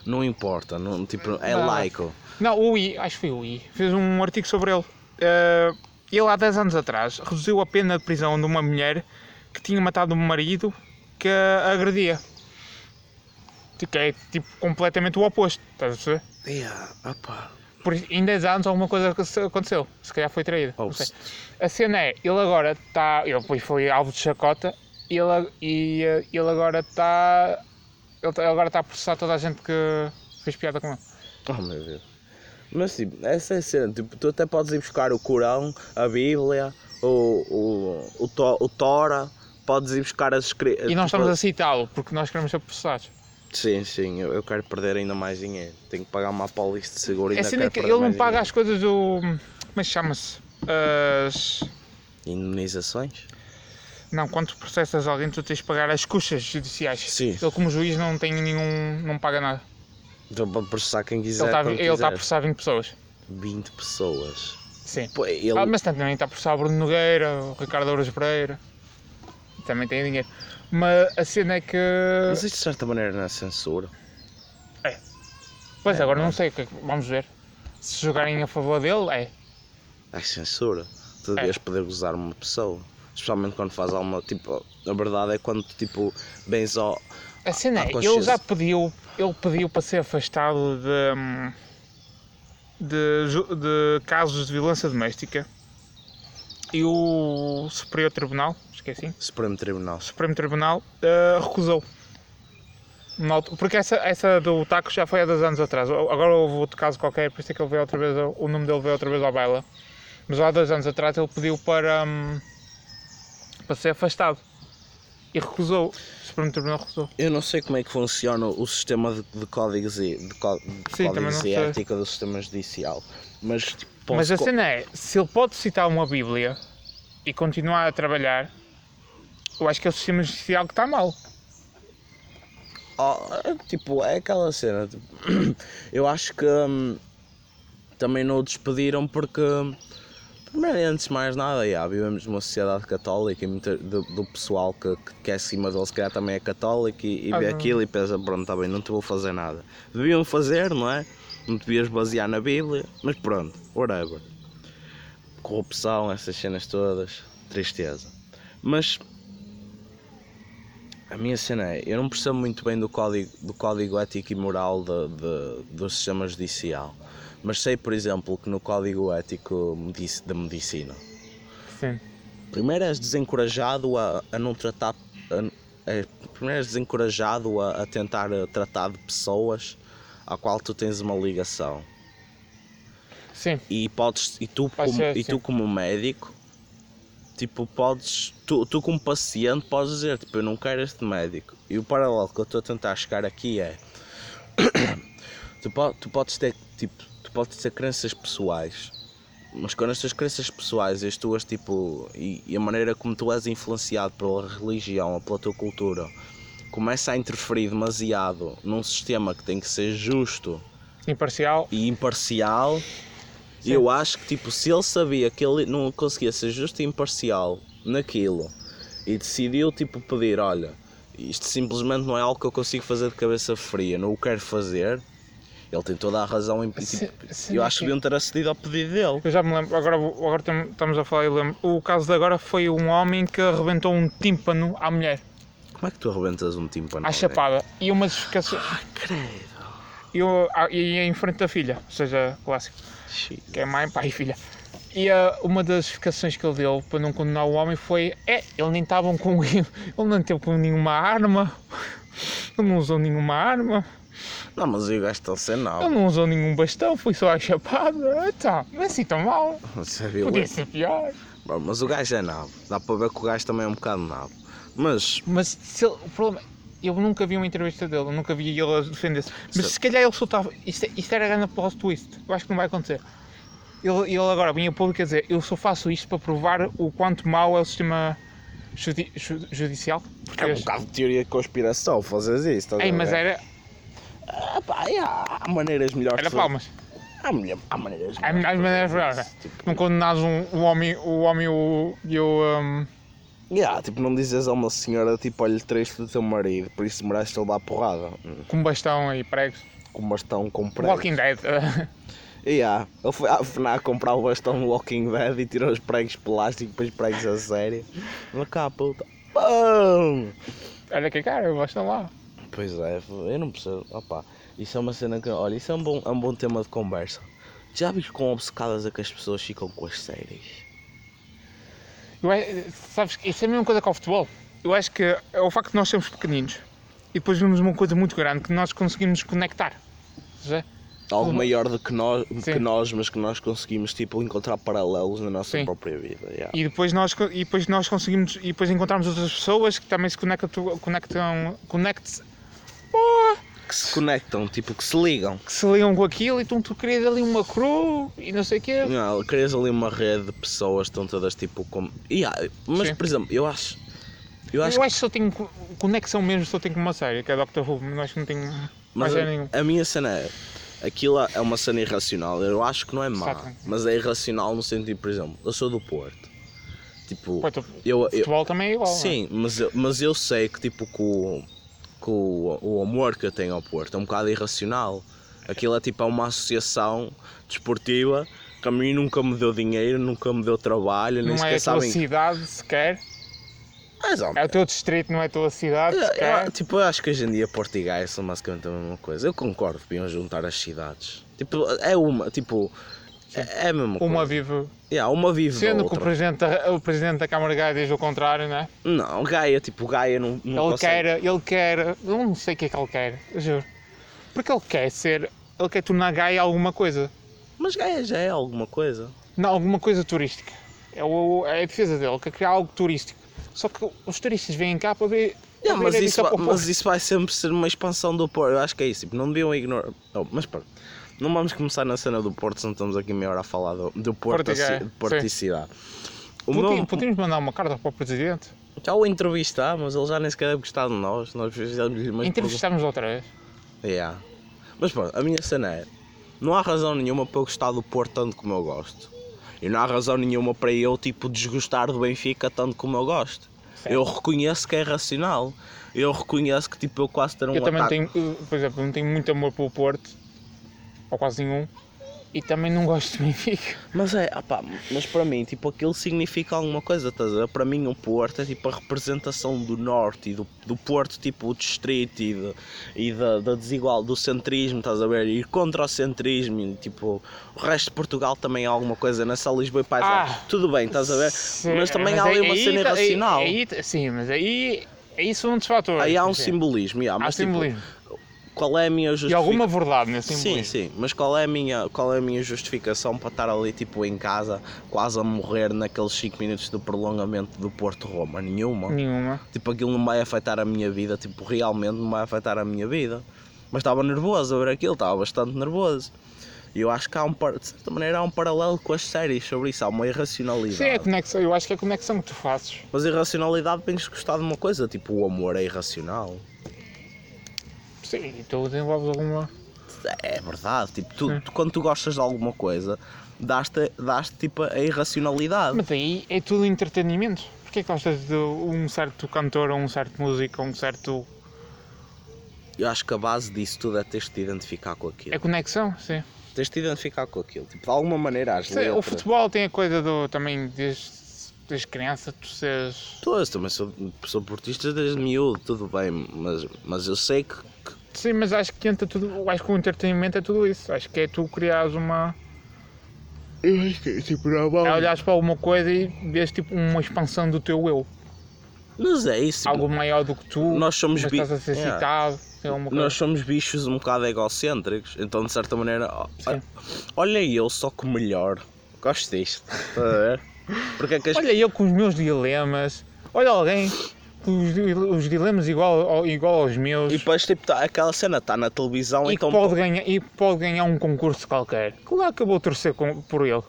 Speaker 4: Não importa, não, tipo, é
Speaker 3: Não.
Speaker 4: laico.
Speaker 3: Não, o I, acho que foi o I, fez um artigo sobre ele. Eh, ele há 10 anos atrás reduziu a pena de prisão de uma mulher que tinha matado um marido que a agredia. Tipo, Que é tipo completamente o oposto, estás a perceber?
Speaker 4: Yeah, opa.
Speaker 3: Por isso, em 10 anos alguma coisa aconte- aconteceu, se calhar foi traído.
Speaker 4: Oh,
Speaker 3: não sei.
Speaker 4: se-
Speaker 3: A cena é, ele agora está. Ele depois foi alvo de chacota e ele, a- e, eh, ele agora tá, está. Ele tá- agora está a processar toda a gente que fez piada com ele.
Speaker 4: Oh meu Deus. Mas tipo, essa é a cena, tipo, tu até podes ir buscar o Corão, a Bíblia, o, o, o, to, o Tora, podes ir buscar as escritas.
Speaker 3: E nós estamos assim. a citá-lo, porque nós queremos ser processados.
Speaker 4: Sim, sim, eu, eu quero perder ainda mais dinheiro. Tenho que pagar uma polícia de seguro
Speaker 3: É
Speaker 4: ainda
Speaker 3: cena
Speaker 4: quero
Speaker 3: que
Speaker 4: perder
Speaker 3: ele não
Speaker 4: mais
Speaker 3: paga
Speaker 4: dinheiro.
Speaker 3: as coisas do. Como é que chama-se? As.
Speaker 4: Indemnizações?
Speaker 3: Não, quando tu processas alguém, tu tens de pagar as custas judiciais.
Speaker 4: Sim.
Speaker 3: Ele, como juiz, não tem nenhum. não paga nada.
Speaker 4: Então pode processar quem quiser.
Speaker 3: Ele está
Speaker 4: quando
Speaker 3: ele tá a
Speaker 4: quiser.
Speaker 3: processar 20 pessoas.
Speaker 4: 20 pessoas.
Speaker 3: Sim.
Speaker 4: Pô, ele...
Speaker 3: Ah, mas também está a processar o Bruno Nogueira, o Ricardo Ouros Pereira. Também tem dinheiro. Mas a cena é que.
Speaker 4: Mas isto de certa maneira não é censura.
Speaker 3: Pois agora não sei, o que é que- vamos ver. Se jogarem a favor dele, é.
Speaker 4: É censura. Tu
Speaker 3: É.
Speaker 4: devias poder gozar uma pessoa. Especialmente quando faz alguma. Tipo, a verdade é quando tipo bens ao.
Speaker 3: A cena
Speaker 4: há
Speaker 3: é, ele
Speaker 4: consciência.
Speaker 3: já pediu, ele pediu para ser afastado de, hum, de, ju- de casos de violência doméstica. E o Superior Tribunal, esqueci,
Speaker 4: Supremo Tribunal.
Speaker 3: Supremo Tribunal, eh, recusou. Na altu- Porque essa, essa do taco já foi há dois anos atrás. O- Agora houve outro caso qualquer, por isso é que ele veio outra vez, ao- o nome dele veio outra vez à baila. Mas há dois anos atrás ele pediu para, hum, para ser afastado. E recusou. O Supremo Tribunal recusou.
Speaker 4: Eu não sei como é que funciona o sistema de, de códigos e, de có- de
Speaker 3: Sim, também não
Speaker 4: códigos e
Speaker 3: sei.
Speaker 4: ética do sistema judicial. Mas tipo,
Speaker 3: Mas
Speaker 4: posso
Speaker 3: a
Speaker 4: co-
Speaker 3: cena é, se ele pode citar uma Bíblia e continuar a trabalhar, eu acho que é o sistema judicial que está mal.
Speaker 4: Oh, é, tipo, é aquela cena. tipo, eu acho que hum, também não o despediram porque. Primeiro, e antes de mais nada, já, vivemos numa sociedade católica e muita, do, do pessoal que, que, que é acima dele, se calhar também é católico e, e
Speaker 3: Ah,
Speaker 4: vê
Speaker 3: não.
Speaker 4: aquilo e pensa: pronto, está bem, não te vou fazer nada. Deviam fazer, não é? Não te devias basear na Bíblia, mas pronto, whatever. Corrupção, essas cenas todas, tristeza. Mas a minha cena é, eu não percebo muito bem do código, do código ético e moral de, de- do sistema judicial, mas sei, por exemplo, que no código ético medici- da medicina,
Speaker 3: Sim.
Speaker 4: primeiro és desencorajado a, a não tratar, a n- é, primeiro és desencorajado a, a tentar eh, tratar de pessoas a qual tu tens uma ligação
Speaker 3: Sim.
Speaker 4: e podes e tu
Speaker 3: Vai
Speaker 4: como,
Speaker 3: ser
Speaker 4: e tu
Speaker 3: assim.
Speaker 4: como médico tipo podes tu, tu como paciente podes dizer tipo eu não quero este médico e o paralelo que eu estou a tentar chegar aqui é tu, po- tu podes ter tipo tu podes ter crenças pessoais mas quando as tuas crenças pessoais e as tuas tipo e, e a maneira como tu és influenciado pela religião ou pela tua cultura começa a interferir demasiado num sistema que tem que ser justo
Speaker 3: Imparcial.
Speaker 4: e imparcial.
Speaker 3: Sim.
Speaker 4: Eu acho que tipo, se ele sabia que ele não conseguia ser justo e imparcial naquilo e decidiu tipo pedir, olha, isto simplesmente não é algo que eu consigo fazer de cabeça fria, não o quero fazer. Ele tem toda a razão em tipo,
Speaker 3: Se- se-
Speaker 4: Eu acho que deviam ter acedido ao pedido dele.
Speaker 3: Eu já me lembro, agora, vou- agora tam- estamos a falar e lembro. O caso de agora foi um homem que arrebentou um tímpano à mulher,
Speaker 4: Como é que tu arrebentas um tímpano? Ah,
Speaker 3: à chapada, e uma justificação. E, o- a- e em frente da filha, ou seja, clássico, que é mãe, pai e filha. E ah, uma das justificações que ele deu para não condenar o homem foi: é, ele nem estava com. ele não teve com nenhuma arma, ele não usou nenhuma arma,
Speaker 4: Não, mas eu gasto a ser
Speaker 3: ele
Speaker 4: não.
Speaker 3: não usou nenhum bastão, foi só à chapada. Então, não é assim tão mal,
Speaker 4: Isso é violento.
Speaker 3: podia ser pior.
Speaker 4: Bom, Mas o gajo é nabo. Dá para ver que o gajo também é um bocado nabo. Mas
Speaker 3: Mas se ele- o problema. Eu nunca vi uma entrevista dele, eu nunca vi ele a defender-se. Mas
Speaker 4: Certo.
Speaker 3: se calhar ele soltava. Isto, é, isto era grande plot twist. Eu acho que não vai acontecer. Ele, ele agora vinha público a dizer: Eu só faço isto para provar o quanto mau é o sistema judi- ju- judicial.
Speaker 4: é um
Speaker 3: português."
Speaker 4: bocado é de teoria de conspiração fazeres isso. estás a
Speaker 3: Ei, mas
Speaker 4: ver?
Speaker 3: era,
Speaker 4: Ah, pá, e há, há maneiras melhores.
Speaker 3: era
Speaker 4: de-
Speaker 3: palmas. É
Speaker 4: Há, mulher- há maneiras
Speaker 3: Há melhores maneiras de
Speaker 4: fazer
Speaker 3: jogar. é.
Speaker 4: isso, Tipo,
Speaker 3: Não condenares um, um homem, o homem e o. e o, hum,
Speaker 4: yeah, tipo, não dizes a uma senhora, tipo, olha, triste do teu marido, por isso mereces levar porrada. Hum,
Speaker 3: com um bastão e pregos.
Speaker 4: Com um bastão comprado.
Speaker 3: Walking Dead.
Speaker 4: Yeah, ele foi à FNAC comprar o bastão do Walking Dead e tirou os pregos plásticos, depois pregos a sério. Olha cá, puta. Pum!
Speaker 3: Olha que cara, o bastão lá.
Speaker 4: Pois é, eu não percebo. Opa, isso é uma cena que. Olha, isso é um bom, é um bom tema de conversa. Já viste quão obcecadas é que as pessoas ficam com as séries?
Speaker 3: Eu a- sabes, que isso é a mesma coisa que ao futebol. Eu acho que é o facto de nós sermos pequeninos e depois vemos uma coisa muito grande que nós conseguimos conectar. Ou seja,
Speaker 4: Algo maior do que nós, que
Speaker 3: Sim.
Speaker 4: nós, mas que nós conseguimos tipo, encontrar paralelos na nossa
Speaker 3: Sim.
Speaker 4: própria vida. yeah.
Speaker 3: E depois nós, co- e depois nós conseguimos, e depois encontramos outras pessoas que também se conectam, conectam conecte
Speaker 4: Que se conectam, tipo, que se ligam.
Speaker 3: que se ligam com aquilo e então tu querias ali uma crew e não sei o quê.
Speaker 4: Não, crias ali uma rede de pessoas, estão todas tipo como. Yeah, mas,
Speaker 3: Sim.
Speaker 4: por exemplo, eu acho. Eu acho
Speaker 3: eu acho que só tenho co- conexão mesmo, só tenho com uma série, que é Doctor Who, mas acho que não tenho mais
Speaker 4: Mas
Speaker 3: série nenhuma.
Speaker 4: a, a minha cena é. Aquilo é uma cena irracional. Eu acho que não é má,
Speaker 3: Exato.
Speaker 4: mas é irracional no sentido, por exemplo, eu sou do Porto. Tipo,
Speaker 3: Pô, tu-
Speaker 4: eu, eu,
Speaker 3: futebol também é igual. não é?
Speaker 4: Sim, mas eu, mas eu sei que tipo que o, que o, o amor que eu tenho ao Porto é um bocado irracional. Aquilo é tipo é uma associação desportiva que a mim nunca me deu dinheiro, nunca me deu trabalho,
Speaker 3: Não
Speaker 4: nem
Speaker 3: é
Speaker 4: sequer
Speaker 3: a tua
Speaker 4: sabem. Ah,
Speaker 3: cidade sequer,
Speaker 4: Mais ou
Speaker 3: é o
Speaker 4: menos.
Speaker 3: teu distrito, não é a tua cidade
Speaker 4: Eu- eu-
Speaker 3: sequer.
Speaker 4: tipo, eu acho que hoje em dia Porto e Gaia são basicamente a mesma coisa. Eu concordo que iam juntar as cidades. Tipo, é uma, tipo, é, é a
Speaker 3: Uma
Speaker 4: mesma coisa.
Speaker 3: vive.
Speaker 4: Yeah, uma vive da
Speaker 3: Sendo que o
Speaker 4: outra.
Speaker 3: presidente, da- o presidente da Câmara de Gaia diz o contrário, não é?
Speaker 4: Não, Gaia, tipo, Gaia não, não
Speaker 3: Ele
Speaker 4: consegue.
Speaker 3: quer, ele quer, eu não sei o que é que ele quer, eu juro. Porque ele quer ser, ele quer tornar Gaia alguma coisa.
Speaker 4: Mas Gaia já é alguma coisa.
Speaker 3: Não, alguma coisa turística. É, o, é a defesa dele, quer criar algo turístico. Só que os turistas vêm cá para ver. para
Speaker 4: Yeah,
Speaker 3: ver
Speaker 4: mas,
Speaker 3: a
Speaker 4: isso
Speaker 3: vista
Speaker 4: vai,
Speaker 3: para o
Speaker 4: mas
Speaker 3: povo.
Speaker 4: isso vai sempre ser uma expansão do Porto. Eu acho que é isso. Tipo, não deviam ignorar. Oh, mas pronto. Não vamos começar na cena do Porto, senão estamos aqui meia hora a falar do, do Porto,
Speaker 3: Porto e
Speaker 4: a ci-
Speaker 3: Gaia,
Speaker 4: Porto
Speaker 3: sim.
Speaker 4: e cidade. O
Speaker 3: Podi-
Speaker 4: meu-
Speaker 3: Podíamos mandar uma carta para o presidente?
Speaker 4: Já o entrevistámos, ele já nem sequer deve gostar de nós. Nós fizemos-lhe umas
Speaker 3: Entrevistámos outra vez.
Speaker 4: perguntas. Yeah. Mas pronto, a minha cena é: não há razão nenhuma para eu gostar do Porto tanto como eu gosto. E não há razão nenhuma para eu, tipo, desgostar do Benfica tanto como eu gosto. Eu reconheço que é racional. Eu reconheço que, tipo, eu quase ter um
Speaker 3: eu também
Speaker 4: ataque-
Speaker 3: tenho, eu, por exemplo, não tenho muito amor pelo Porto, ou quase nenhum, e também não gosto de Benfica.
Speaker 4: Mas é, opá, mas para mim, tipo, aquilo significa alguma coisa, estás a ver? Para mim, o Porto é tipo a representação do Norte e do, do Porto, tipo, o distrito e, de- e da, da desigual, do centrismo, estás a ver? Ir contra o centrismo e, tipo, o resto de Portugal também há alguma coisa nessa Lisboa e paisagem.
Speaker 3: Ah,
Speaker 4: Tudo bem, estás a ver?
Speaker 3: Sim,
Speaker 4: mas também há ali
Speaker 3: aí-
Speaker 4: uma
Speaker 3: aí
Speaker 4: cena
Speaker 3: tá- aí-
Speaker 4: irracional. Aí,
Speaker 3: aí- sim, mas aí, aí são um dos fatores.
Speaker 4: há um
Speaker 3: sim.
Speaker 4: simbolismo, yeah,
Speaker 3: Há
Speaker 4: mas tipo,
Speaker 3: simbolismo.
Speaker 4: qual é a minha justificação?
Speaker 3: E alguma verdade nesse
Speaker 4: Sim,
Speaker 3: simbolismo.
Speaker 4: sim, mas qual é, a minha, qual é a minha justificação para estar ali tipo em casa, quase a morrer naqueles 5 minutos do prolongamento do Porto Roma? Nenhuma.
Speaker 3: Nenhuma.
Speaker 4: Tipo, aquilo não vai afetar a minha vida, tipo, realmente não vai afetar a minha vida. Mas estava nervoso a ver aquilo, estava bastante nervoso. E eu acho que há um, par- de certa maneira, há um paralelo com as séries sobre isso, há uma irracionalidade.
Speaker 3: Sim, é a conexão. Eu acho que é a conexão que tu fazes.
Speaker 4: Mas a irracionalidade tens de gostar de uma coisa, tipo, o amor é irracional.
Speaker 3: Sim, e tu desenvolves alguma.
Speaker 4: É verdade, tipo, tu, tu- quando tu gostas de alguma coisa, dás-te, dás tipo, a irracionalidade.
Speaker 3: Mas aí é tudo entretenimento. Porquê que gostas de um certo cantor, ou um certo músico, ou um certo.
Speaker 4: Eu acho que a base disso tudo é teres de te identificar com aquilo.
Speaker 3: É conexão, sim.
Speaker 4: Teres de te identificar com aquilo. Tipo, de alguma maneira as
Speaker 3: Sim, o
Speaker 4: letras.
Speaker 3: futebol tem a coisa do. também desde, desde criança, tu seres.
Speaker 4: Tu és também sou, sou portista desde miúdo, tudo bem, mas, mas eu sei que, que
Speaker 3: Sim, mas acho que entra tudo. Acho que o entretenimento é tudo isso. Acho que é tu criares uma. É olhares para alguma coisa e vês tipo uma expansão do teu eu.
Speaker 4: Mas é isso.
Speaker 3: Algo maior do que tu.
Speaker 4: nós somos
Speaker 3: mas
Speaker 4: bi-
Speaker 3: estás a ser
Speaker 4: Yeah.
Speaker 3: citado. É uma coisa.
Speaker 4: Nós somos bichos um bocado egocêntricos, então de certa maneira, ó,
Speaker 3: Sim.
Speaker 4: olha eu só que melhor. Gosto disto. Estás a ver? Porque é que as
Speaker 3: Olha eu com os meus dilemas. Olha alguém com os, di- os dilemas igual, ao- igual aos meus.
Speaker 4: E
Speaker 3: E,
Speaker 4: depois, tipo, tá- aquela cena está na televisão,
Speaker 3: que
Speaker 4: então.
Speaker 3: pode ganhar, e pode ganhar um concurso qualquer. Claro que eu vou torcer com- por ele.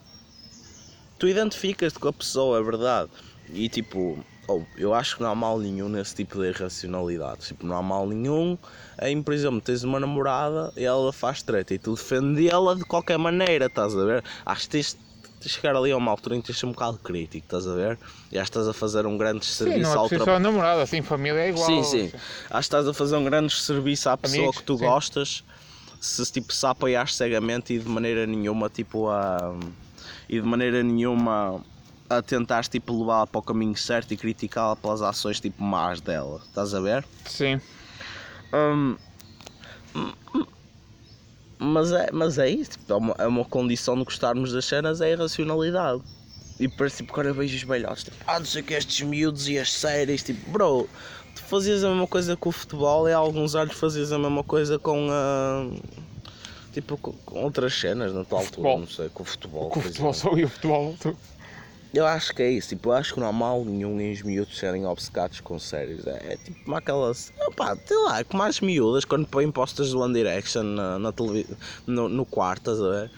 Speaker 4: Tu identificas-te com a pessoa, é verdade. E tipo, oh, eu acho que não há mal nenhum nesse tipo de irracionalidade. Tipo, não há mal nenhum em, por exemplo, tens uma namorada e ela faz treta e tu defende-la de qualquer maneira, estás a ver? Acho que tens de chegar ali a uma altura em que tens de ser um bocado crítico, estás a ver? E acho que estás a fazer um grande
Speaker 3: Sim,
Speaker 4: serviço
Speaker 3: não é
Speaker 4: ao
Speaker 3: preciso
Speaker 4: trabalho.
Speaker 3: só namorada, assim, família é igual.
Speaker 4: Sim, sim. Acho que estás a fazer um grande serviço à pessoa
Speaker 3: Amigos,
Speaker 4: que tu
Speaker 3: sim.
Speaker 4: gostas se tipo se apoiares cegamente e de maneira nenhuma tipo a e de maneira nenhuma a tentares tipo levá-la para o caminho certo e criticá-la pelas ações tipo más dela, estás a ver?
Speaker 3: Sim.
Speaker 4: Hum, hum, hum. mas, é, mas é isso, tipo, é, uma, é uma condição de gostarmos das cenas, é a irracionalidade. E parece tipo, quando eu vejo os velhotes, tipo, ah, não sei o que, estes miúdos e as séries, tipo, bro, tu fazias a mesma coisa com o futebol e há alguns anos fazias a mesma coisa com a. ah, Tipo, com, com outras cenas na tal altura,
Speaker 3: futebol.
Speaker 4: não sei, com o futebol.
Speaker 3: Com o
Speaker 4: coisa
Speaker 3: futebol
Speaker 4: assim.
Speaker 3: só e o futebol. tu-
Speaker 4: Eu acho que é isso, tipo, eu acho que não há mal nenhum em os miúdos serem obcecados com séries. É, é tipo como aquelas. Opá, sei lá, é como as miúdas quando põem postas do One Direction na, na televi- no, no quarto, estás a ver?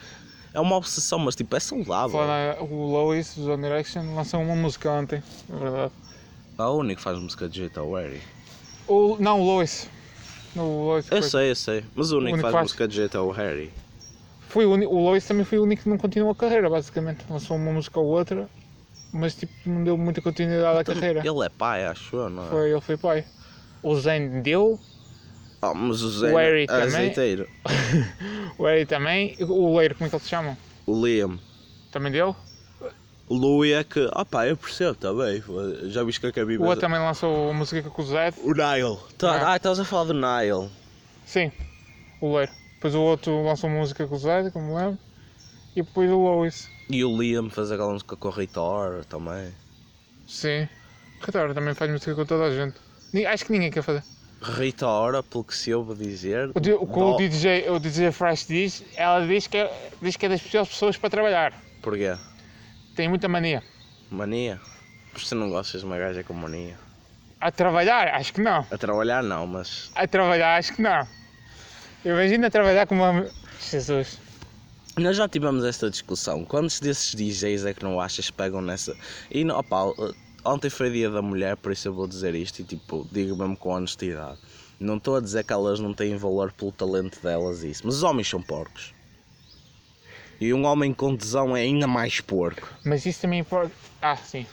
Speaker 4: É uma obsessão, mas tipo, é saudável.
Speaker 3: Falar, o Lois, os One Direction, lançou uma música ontem, na verdade.
Speaker 4: A única que faz música de jeito é o Harry.
Speaker 3: O, não, o Lois. O Lois
Speaker 4: Eu
Speaker 3: foi-
Speaker 4: sei, eu sei, mas o único que
Speaker 3: único
Speaker 4: faz
Speaker 3: faz.
Speaker 4: música de jeito é o Harry.
Speaker 3: Foi o, uni- o Lois também foi o único que não continuou a carreira, basicamente. Lançou uma música ou outra, mas tipo, não deu muita continuidade à carreira.
Speaker 4: Ele é pai, acho eu, não é?
Speaker 3: Foi, ele foi pai. O Zayn deu,
Speaker 4: Oh, mas o Zé
Speaker 3: O Harry
Speaker 4: é
Speaker 3: também.
Speaker 4: azeiteiro.
Speaker 3: o Harry também, e o Leiro, como é que ele se chama?
Speaker 4: O Liam.
Speaker 3: Também deu.
Speaker 4: O Louis é que. Opá, eu percebo também. foda-se. Já viste que acabei
Speaker 3: O outro também lançou a música com o Zed.
Speaker 4: O Nile. Tá-
Speaker 3: Ah.
Speaker 4: ah, estás a falar do Nile.
Speaker 3: Sim, o Leiro. Depois o outro lançou uma música com o Zed, como me lembro. E depois o Lois.
Speaker 4: E o Liam faz aquela música com o Reitor também.
Speaker 3: Sim. Retora também faz música com toda a gente. Ni- Acho que ninguém quer fazer.
Speaker 4: Reitor, pelo que se ouve dizer.
Speaker 3: O, di- o que o
Speaker 4: dó-
Speaker 3: DJ, o DJ Fresh diz, ela diz que, é- diz que é das piores pessoas para trabalhar.
Speaker 4: Porquê?
Speaker 3: Tem muita mania.
Speaker 4: Mania? Você não gostas de uma gaja com mania?
Speaker 3: A trabalhar, acho que não.
Speaker 4: A trabalhar não, mas.
Speaker 3: A trabalhar, acho que não. Imagina trabalhar com uma. Jesus.
Speaker 4: Nós já tivemos esta discussão. Quantos desses DJs é que não achas que pegam nessa. E no- opá, eh, ontem foi dia da mulher, por isso eu vou dizer isto e tipo, digo mesmo com honestidade. Não estou a dizer que elas não têm valor pelo talento delas e isso, mas os homens são porcos. E um homem com tesão é ainda mais porco.
Speaker 3: Mas isso também importa. Ah, sim.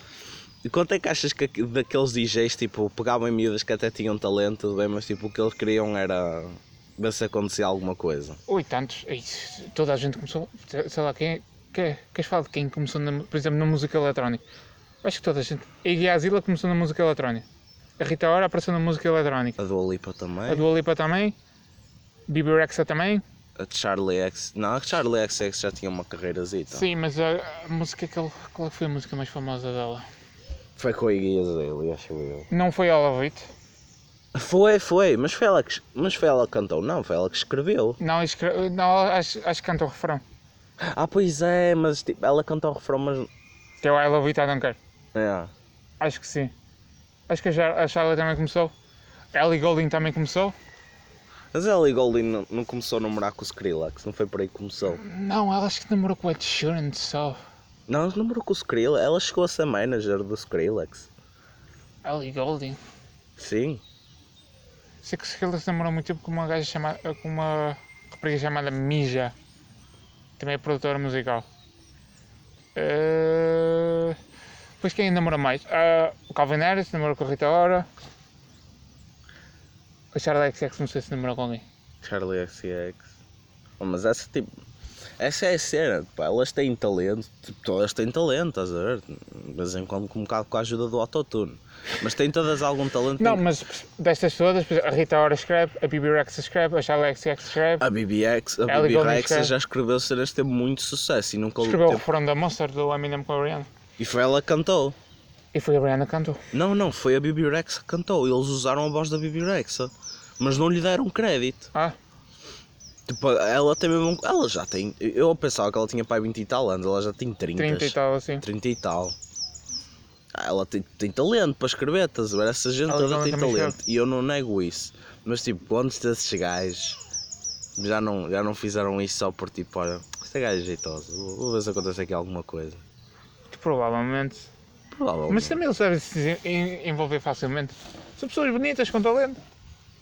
Speaker 4: E quanto é que achas que aqu- daqueles DJs tipo, pegavam em miúdas que até tinham talento, tudo bem, mas tipo, o que eles queriam era ver se acontecia alguma coisa?
Speaker 3: Oi, tantos. Ei, Toda a gente começou. Sei lá, quem. quem queres falar de quem começou, na, por exemplo, na música eletrónica? Acho que toda a gente. A Iggy Zila começou na música eletrónica. A Rita Ora apareceu na música eletrónica.
Speaker 4: A Dua Lipa também,
Speaker 3: A Dua Lipa também. Bibi Rexa também.
Speaker 4: a Charlie X. Não, a Charlie XX já tinha uma carreirazita.
Speaker 3: Sim, mas a, a música que ele, qual foi a música mais famosa dela?
Speaker 4: Foi com a Iggy Azalea, acho eu.
Speaker 3: Não foi a Love It.
Speaker 4: Foi, foi, mas foi, ela que, es- mas foi ela que cantou, não, foi ela que escreveu.
Speaker 3: Não, escre... não acho, acho que canta o refrão.
Speaker 4: Ah, pois é, mas tipo, ela cantou o refrão, mas.
Speaker 3: Que é o I Love It, I Don't Care.
Speaker 4: É.
Speaker 3: Acho que sim. Acho que a, Char a Charla também começou. A Ellie Goulding também começou.
Speaker 4: Mas ela e Goldin não, não começou a namorar com o Skrillex, não foi por aí que começou.
Speaker 3: Não, ela acho que namorou com o Ed Sheeran só.
Speaker 4: Não, ela namorou com o Skrillex, ela chegou a ser manager do Skrillex.
Speaker 3: Ellie Goulding.
Speaker 4: Sim.
Speaker 3: Sei que ela se namorou muito tempo com uma gaja chamada... com uma rapariga chamada Mija. Também é produtora musical. Eh, Depois quem namorou mais? Ah, o Calvin Harris namorou com a Rita Ora. A Charla XX é não sei se namorou com alguém.
Speaker 4: Charlie XCX. Oh, Mas essa tipo. Essa é a cena, pá, elas têm talento, tipo, todas têm talento, estás a ver? De vez em quando com um bocado com a ajuda do autotune. Mas têm todas algum talento.
Speaker 3: Não,
Speaker 4: têm-
Speaker 3: mas destas todas, por exemplo, a Rita Ora escreve, a Bibi Rex escreve, a Charla XX escreve,
Speaker 4: A BBX, a
Speaker 3: Ellie
Speaker 4: BB
Speaker 3: Goulding
Speaker 4: Rex
Speaker 3: escreve.
Speaker 4: já escreveu cenas que teve muito sucesso e nunca
Speaker 3: escreveu o
Speaker 4: teve-
Speaker 3: refrão da Monster do Eminem com a Rihanna.
Speaker 4: E foi ela que cantou.
Speaker 3: E foi a Rihanna que cantou.
Speaker 4: Não, não, foi a BB Rex que cantou. Eles usaram a voz da BB Rex, mas não lhe deram crédito.
Speaker 3: Ah,
Speaker 4: Tipo, ela tem mesmo. Ela já tem. Eu pensava que ela tinha pai 20 e tal anos, ela já tem 30.
Speaker 3: 30 e tal assim.
Speaker 4: 30 e tal. Ah, ela tem, tem talento para escrever, estás a ver? Essa gente
Speaker 3: Ela
Speaker 4: toda tem
Speaker 3: também escreve.
Speaker 4: talento. E eu não nego isso. Mas tipo, quantos desses gajos já não, já não fizeram isso só por tipo, olha, esta gaja é jeitosa, vou, vou ver se acontece aqui alguma coisa.
Speaker 3: Que provavelmente.
Speaker 4: Provavelmente.
Speaker 3: Mas também eles devem se en- envolver facilmente. São pessoas bonitas, com talento.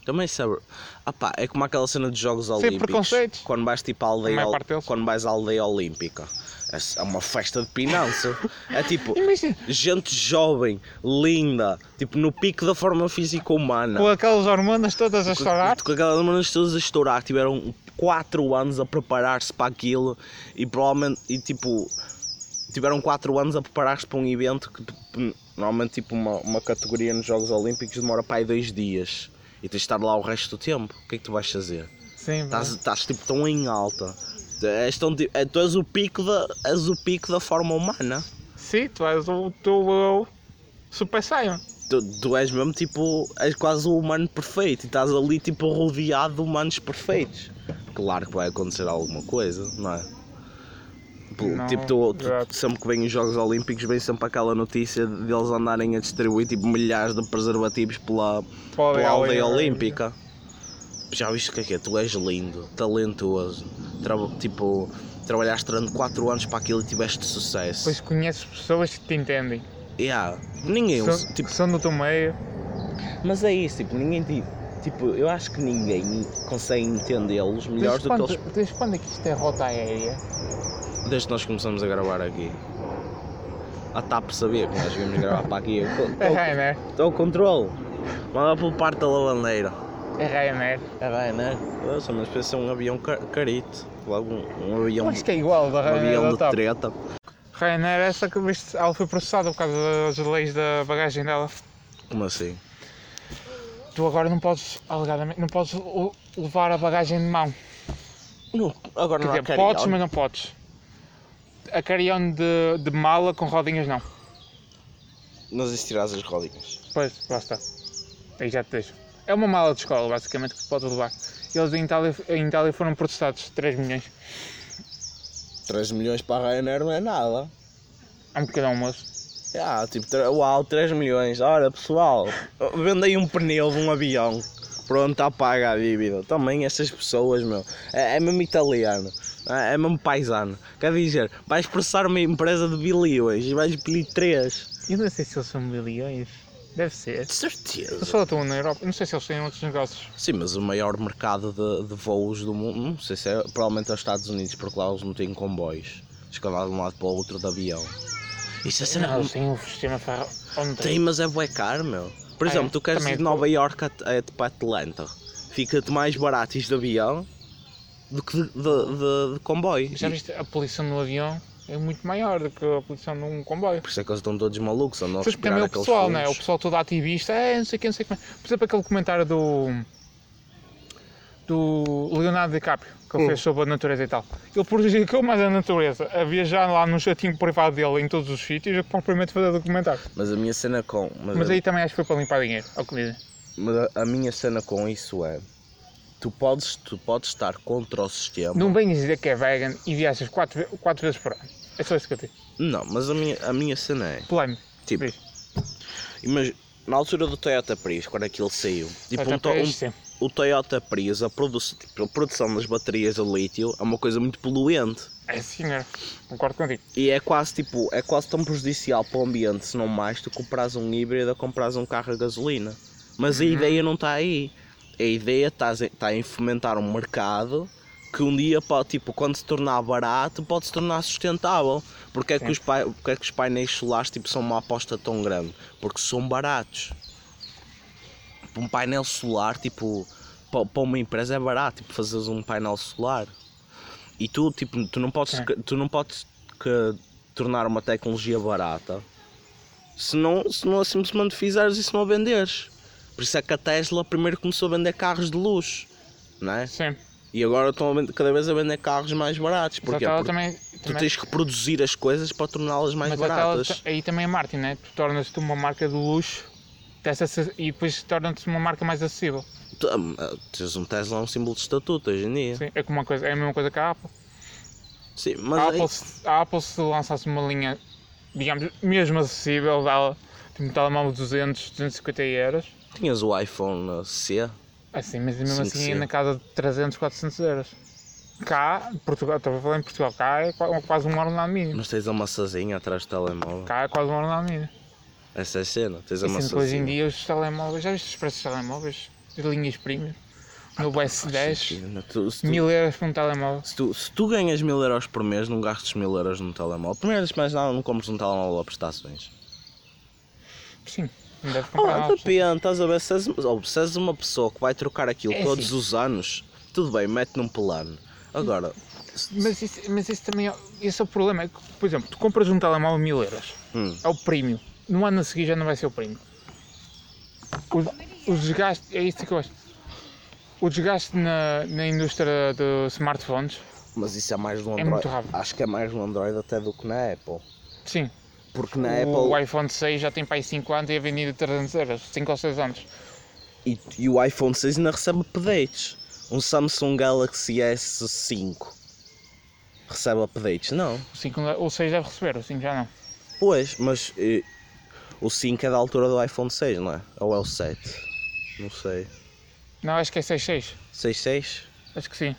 Speaker 4: Também sabe. Ah pá, é como aquela cena dos Jogos Olímpicos.
Speaker 3: preconceitos.
Speaker 4: Quando vais tipo à
Speaker 3: A
Speaker 4: aldeia,
Speaker 3: maior
Speaker 4: ol-
Speaker 3: parte deles.
Speaker 4: quando vais à aldeia olímpica. É- É uma festa de pinanço. é tipo,
Speaker 3: Imagina,
Speaker 4: gente jovem, linda, tipo no pico da forma física humana.
Speaker 3: com aquelas hormonas todas a estourar.
Speaker 4: Com aquela número das pessoas a estourar, tiveram 4 anos a preparar-se para aquilo e provavelmente, e tipo, tiveram 4 anos a preparar-se para um evento que p- normalmente, tipo, uma, uma categoria nos Jogos Olímpicos demora para aí 2 dias e tens de estar lá o resto do tempo. O que é que tu vais fazer?
Speaker 3: Sim,
Speaker 4: Estás, estás, tipo, tão em alta. És tão, tipo, é- tu és o, pico da, és o pico da forma humana.
Speaker 3: sim, tu és o teu Super Saiyan.
Speaker 4: Tu, tu és mesmo tipo, és quase o humano perfeito e estás ali tipo rodeado de humanos perfeitos. claro que vai acontecer alguma coisa, não é? Tipo,
Speaker 3: Não,
Speaker 4: tipo, tu- tu-
Speaker 3: exato.
Speaker 4: sempre que vêm os Jogos Olímpicos, vem sempre aquela notícia de eles andarem a distribuir tipo, milhares de preservativos pela,
Speaker 3: Pode
Speaker 4: pela
Speaker 3: a
Speaker 4: aldeia olímpica. Já viste o que é que é? Tu és lindo, talentoso, tra tipo, trabalhaste durante 4 anos para aquilo e tiveste sucesso.
Speaker 3: Pois conheces pessoas que te entendem.
Speaker 4: Yeah. Ninguém,
Speaker 3: que
Speaker 4: usa-
Speaker 3: são,
Speaker 4: tipo,
Speaker 3: que são do teu meio.
Speaker 4: mas é isso, tipo, ninguém te- tipo, eu acho que ninguém consegue entendê-los melhor
Speaker 3: Desde
Speaker 4: do que
Speaker 3: quando,
Speaker 4: eles
Speaker 3: desde quando é que isto é rota aérea?
Speaker 4: Desde que nós começamos a gravar aqui. A TAP sabia que nós íamos gravar para aqui.
Speaker 3: É Ryanair.
Speaker 4: Estou ao controle. Manda pelo parto da lavandeira.
Speaker 3: É Ryanair.
Speaker 4: É bem, né? Nossa, mas pensa ser um avião car carito. Logo um, um avião,
Speaker 3: Eu acho que é igual da
Speaker 4: um avião
Speaker 3: Ryanair.
Speaker 4: de
Speaker 3: da TAP.
Speaker 4: treta.
Speaker 3: Ryanair, é essa que viste, ela foi processada por causa das leis da bagagem dela.
Speaker 4: Como assim?
Speaker 3: Tu agora não podes, alegadamente, não podes o- levar a bagagem de mão.
Speaker 4: Não, agora
Speaker 3: Quer
Speaker 4: não há
Speaker 3: dizer,
Speaker 4: carry-on.
Speaker 3: podes, mas não podes. A carry-on de, de mala com rodinhas, não.
Speaker 4: Mas isso tirar as rodinhas.
Speaker 3: Pois, lá está. Aí já te deixo. É uma mala de escola, basicamente, que tu podes levar. Eles em Itália, em Itália foram processados 3 milhões.
Speaker 4: 3 milhões para a Ryanair não é nada.
Speaker 3: É um pequeno almoço.
Speaker 4: Ah, tipo, tre- uau, 3 milhões. Ora, pessoal, vendei um pneu de um avião. Pronto, está paga a dívida. Também estas pessoas, meu. É, é mesmo italiano. É, é mesmo paisano. Quer dizer, vais processar uma empresa de bilhões e vais pedir 3.
Speaker 3: Eu não sei se eles são milhões. Deve ser. Eu
Speaker 4: De certeza.
Speaker 3: só estou na Europa. Não sei se eles têm outros negócios.
Speaker 4: Sim, mas o maior mercado de, de voos do mundo, não sei se é, provavelmente é os Estados Unidos, porque lá eles não têm comboios. Eles lá de um lado para o outro de avião. Isso é
Speaker 3: Não,
Speaker 4: cena
Speaker 3: eles têm um sistema ferro. Onde
Speaker 4: Tem, mas é bué caro, meu. Por
Speaker 3: Ah,
Speaker 4: exemplo,
Speaker 3: é?
Speaker 4: tu queres
Speaker 3: Também
Speaker 4: ir de
Speaker 3: é
Speaker 4: Nova Iorque a- a- para Atlanta. Fica-te mais barato ir de avião do que de, de- de- de comboio.
Speaker 3: Já
Speaker 4: E-
Speaker 3: viste? A poluição no avião é muito maior do que a poluição num comboio.
Speaker 4: Por isso é que eles estão todos malucos, andam a
Speaker 3: Pois
Speaker 4: respirar
Speaker 3: também o
Speaker 4: aqueles
Speaker 3: pessoal, né? O
Speaker 4: fungos.
Speaker 3: pessoal todo ativista, é, não sei o que, não sei como. Por exemplo, aquele comentário do. do Leonardo DiCaprio, que ele
Speaker 4: Hum.
Speaker 3: fez sobre a natureza e tal. Ele prejudicou mais a natureza a viajar lá num jatinho privado dele em todos os sítios do que propriamente fazer documentário.
Speaker 4: Mas a minha cena com. Mas, é-
Speaker 3: Mas
Speaker 4: a,
Speaker 3: aí também acho que foi para limpar dinheiro, ao que dizem.
Speaker 4: mas a- a minha cena com isso é. Tu podes, tu podes estar contra o sistema.
Speaker 3: Não venhas dizer que é vegan e viajas 4 quatro vezes por ano. É só isso que eu digo.
Speaker 4: Não, mas a minha, a minha cena é.
Speaker 3: Polémico.
Speaker 4: Tipo,
Speaker 3: Diz.
Speaker 4: imagina, na altura do Toyota Prius, quando aquilo saiu, tipo,
Speaker 3: Até
Speaker 4: um, to-
Speaker 3: para
Speaker 4: um,
Speaker 3: é isto, sim.
Speaker 4: o Toyota Prius, a, produ tipo, a produção das baterias de lítio é uma coisa muito poluente.
Speaker 3: É senhor, concordo contigo.
Speaker 4: E é quase tipo, é quase tão prejudicial para o ambiente, se não mais, tu compras um híbrido ou compras um carro a gasolina. Mas a ideia não está aí. A ideia está tá em fomentar um mercado que um dia, pode, tipo, quando se tornar barato, pode se tornar sustentável. Porque é, que
Speaker 3: Sim.
Speaker 4: os, pai- porque é que os painéis solares tipo, são uma aposta tão grande? Porque são baratos. Tipo, Um painel solar, tipo, pa- para uma empresa é barato, tipo, fazeres um painel solar. E tu, tipo, tu não podes,
Speaker 3: Sim.
Speaker 4: que- tu não podes que, tornar uma tecnologia barata se não, se não a simplesmente fizeres e se não a venderes. Por isso é que a Tesla primeiro começou a vender carros de luz, não é?
Speaker 3: Sim.
Speaker 4: E agora estão a vend- cada vez a vender carros mais baratos.
Speaker 3: Mas a
Speaker 4: Porquê?
Speaker 3: tela
Speaker 4: Porque
Speaker 3: também.
Speaker 4: tu
Speaker 3: também-
Speaker 4: tens que produzir as coisas para torná-las mais
Speaker 3: Mas a tela
Speaker 4: baratas.
Speaker 3: ta- aí também é marketing, né? Tu tornas-te uma marca de luxo dessa, se- e depois torna-te uma marca mais acessível.
Speaker 4: Tu- ah, Tens um Tesla é um símbolo de estatuto hoje em dia. Sim,
Speaker 3: Sim, é, como uma coisa, é a mesma coisa que a Apple.
Speaker 4: mas
Speaker 3: A
Speaker 4: aí-
Speaker 3: Apple, se- a Apple, se lançasse uma linha, digamos, mesmo acessível, dava tipo um telemóvel de 200, 250 euros.
Speaker 4: tinhas o iPhone eh, C.
Speaker 3: Assim, mas mesmo
Speaker 4: Sim,
Speaker 3: assim
Speaker 4: sim.
Speaker 3: é na casa de 300, 400 euros. Cá, Portugal, estava a falar em Portugal, cá é qua- quase um ordenado mínimo.
Speaker 4: Mas tens a maçazinha atrás do telemóvel.
Speaker 3: Cá é quase um ordenado mínimo.
Speaker 4: Essa é a cena. Tens a
Speaker 3: E sendo que hoje em
Speaker 4: maçazinha.
Speaker 3: dia os telemóveis, já viste os preços dos telemóveis? As linhas premium?
Speaker 4: Ah,
Speaker 3: No S10,
Speaker 4: Imagina, tu- se tu-
Speaker 3: mil euros por um telemóvel.
Speaker 4: Se tu, se tu ganhas mil euros por mês, não gastes mil euros num telemóvel. Primeiro, antes de mais nada, não compras um telemóvel a prestações.
Speaker 3: Sim, não deve comprar
Speaker 4: Ah,
Speaker 3: nada.
Speaker 4: depende, estás a ver? Se és, ou se és uma pessoa que vai trocar aquilo
Speaker 3: É
Speaker 4: todos
Speaker 3: assim.
Speaker 4: os anos, tudo bem, mete num plano. Agora,
Speaker 3: Mas isso, mas isso também é, esse é o problema. É que, por exemplo, tu compras um telemóvel mil euros,
Speaker 4: hum,
Speaker 3: é o prémio. No ano a seguir já não vai ser o prémio. O, o desgaste, é isso que eu acho. O desgaste na, na indústria de smartphones,
Speaker 4: mas isso é mais no
Speaker 3: É
Speaker 4: Android.
Speaker 3: muito rápido.
Speaker 4: Acho que é mais no Android até do que na Apple.
Speaker 3: sim.
Speaker 4: Porque na
Speaker 3: O
Speaker 4: Apple
Speaker 3: iPhone 6 já tem para aí 5 anos e é vendido a 300 euros, 5 ou 6 anos.
Speaker 4: e, e o iPhone 6 ainda recebe updates. um Samsung Galaxy S5 recebe updates. Não.
Speaker 3: O 5, o 6 deve receber, o 5 já não.
Speaker 4: Pois, mas eh, o 5 é da altura do iPhone 6, não é? Ou é o 7? Não sei.
Speaker 3: Não, acho que é 6.6.
Speaker 4: 6, 6?
Speaker 3: Acho que sim.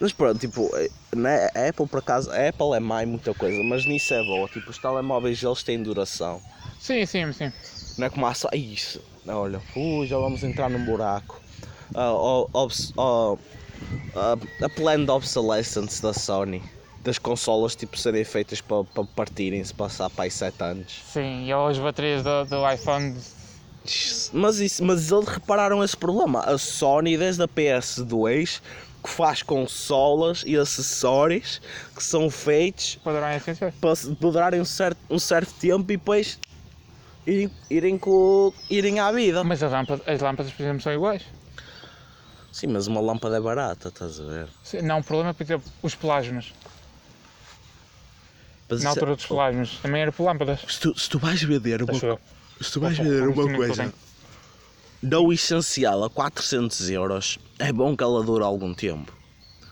Speaker 4: Mas pronto, tipo, eh, na a Apple por acaso, a Apple é má em muita coisa, mas nisso é boa. Tipo, os telemóveis eles têm duração.
Speaker 3: Sim, sim, sim.
Speaker 4: Não é como a Samsung. Isso. Olha, ui, já vamos entrar num buraco. Ah, o- obs- ah, a, a planned obsolescence da Sony. Das consolas tipo serem feitas para pa partirem-se passar para aí 7 anos.
Speaker 3: Sim, e é as baterias do, do iPhone.
Speaker 4: Mas, isso, mas eles repararam esse problema. A Sony, desde a PS2, que faz consolas e acessórios que são feitos
Speaker 3: Poderão é essenciais.
Speaker 4: para se durarem um certo, um certo tempo e depois irem, irem, co- irem à vida.
Speaker 3: Mas as lâmpadas, as lâmpadas, por exemplo, são iguais.
Speaker 4: Sim, mas uma lâmpada é barata, estás a ver?
Speaker 3: Sim, Não, o problema é, por exemplo, os pelágios.
Speaker 4: Mas
Speaker 3: Na
Speaker 4: isso é- Oh,
Speaker 3: altura dos pelágios. Também era por lâmpadas.
Speaker 4: se, tu, se tu vais vender uma,
Speaker 3: Acho eu.
Speaker 4: se tu vais
Speaker 3: Opa,
Speaker 4: vender
Speaker 3: como assim
Speaker 4: uma
Speaker 3: tinha que eu
Speaker 4: coisa
Speaker 3: tenho.
Speaker 4: não essencial a 400 euros, é bom que ela dure algum tempo.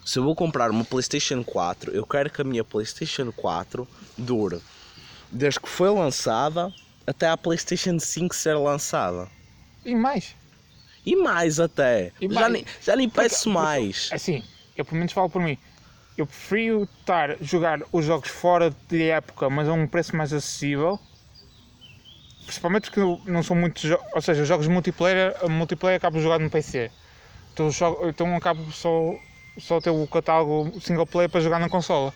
Speaker 4: Se eu vou comprar uma PlayStation 4, eu quero que a minha PlayStation 4 dure desde que foi lançada até a PlayStation 5 ser lançada.
Speaker 3: E mais.
Speaker 4: E mais até.
Speaker 3: E
Speaker 4: já,
Speaker 3: mais.
Speaker 4: Nem, já nem peço mais.
Speaker 3: Assim, eu pelo menos falo por mim. Eu prefiro estar jogar os jogos fora de época, mas a um preço mais acessível. Principalmente porque eu não são muitos jogos. Ou seja, os jogos multiplayer, multiplayer acabo de jogar no PC. Então, os jogo- então acabo só, só ter o catálogo single player para jogar na consola.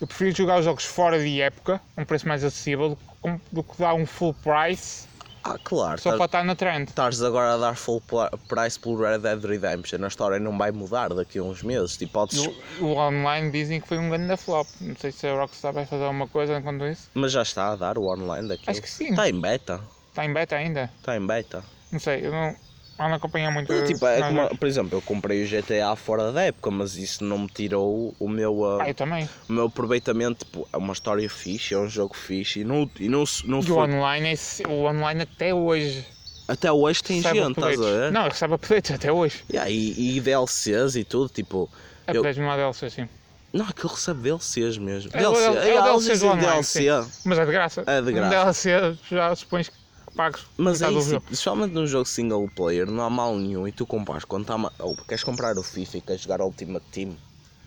Speaker 3: Eu prefiro jogar os jogos fora de época, a um preço mais acessível, do que- do que dar um full price
Speaker 4: Ah, claro.
Speaker 3: só
Speaker 4: tá-
Speaker 3: para estar na trend.
Speaker 4: Estás agora a dar full pla- price pelo Red Dead Redemption. A história não vai mudar daqui a uns meses. Tipo, podes-
Speaker 3: O, o online dizem que foi um grande flop. Não sei se a Rockstar vai fazer alguma coisa enquanto isso.
Speaker 4: Mas já está a dar o online daqui.
Speaker 3: Acho que sim.
Speaker 4: Está em beta.
Speaker 3: Está Tá em beta ainda?
Speaker 4: Está em beta.
Speaker 3: Não sei, eu não ando a acompanhar muito.
Speaker 4: tipo, é
Speaker 3: não,
Speaker 4: como-
Speaker 3: não.
Speaker 4: por exemplo, eu comprei o GTA fora da época, mas isso não me tirou o meu, ah,
Speaker 3: Ah, eu também.
Speaker 4: o meu aproveitamento. Tipo, é uma história fixe, é um jogo fixe. E não, e não, se- não
Speaker 3: E o
Speaker 4: foi-
Speaker 3: online, é se- o online até hoje.
Speaker 4: Até hoje tem
Speaker 3: recebe
Speaker 4: gente, estás a
Speaker 3: updates.
Speaker 4: ver?
Speaker 3: Não, recebe updates até hoje.
Speaker 4: Yeah, e, e DLCs e tudo. Tipo, Eu-
Speaker 3: Updates não há DLC, sim.
Speaker 4: não, aquilo recebe DLCs mesmo.
Speaker 3: É o
Speaker 4: DLC,
Speaker 3: L- é o
Speaker 4: elas
Speaker 3: DLC do
Speaker 4: dizem
Speaker 3: online,
Speaker 4: DLC.
Speaker 3: Mas é de graça.
Speaker 4: É de graça.
Speaker 3: Um DLC já supões que pagas.
Speaker 4: Mas é
Speaker 3: metade do
Speaker 4: isso,
Speaker 3: jogo.
Speaker 4: tipo, principalmente num jogo single player, não há mal nenhum e tu compras quando está ma... ou queres comprar o FIFA e queres jogar Ultimate Team,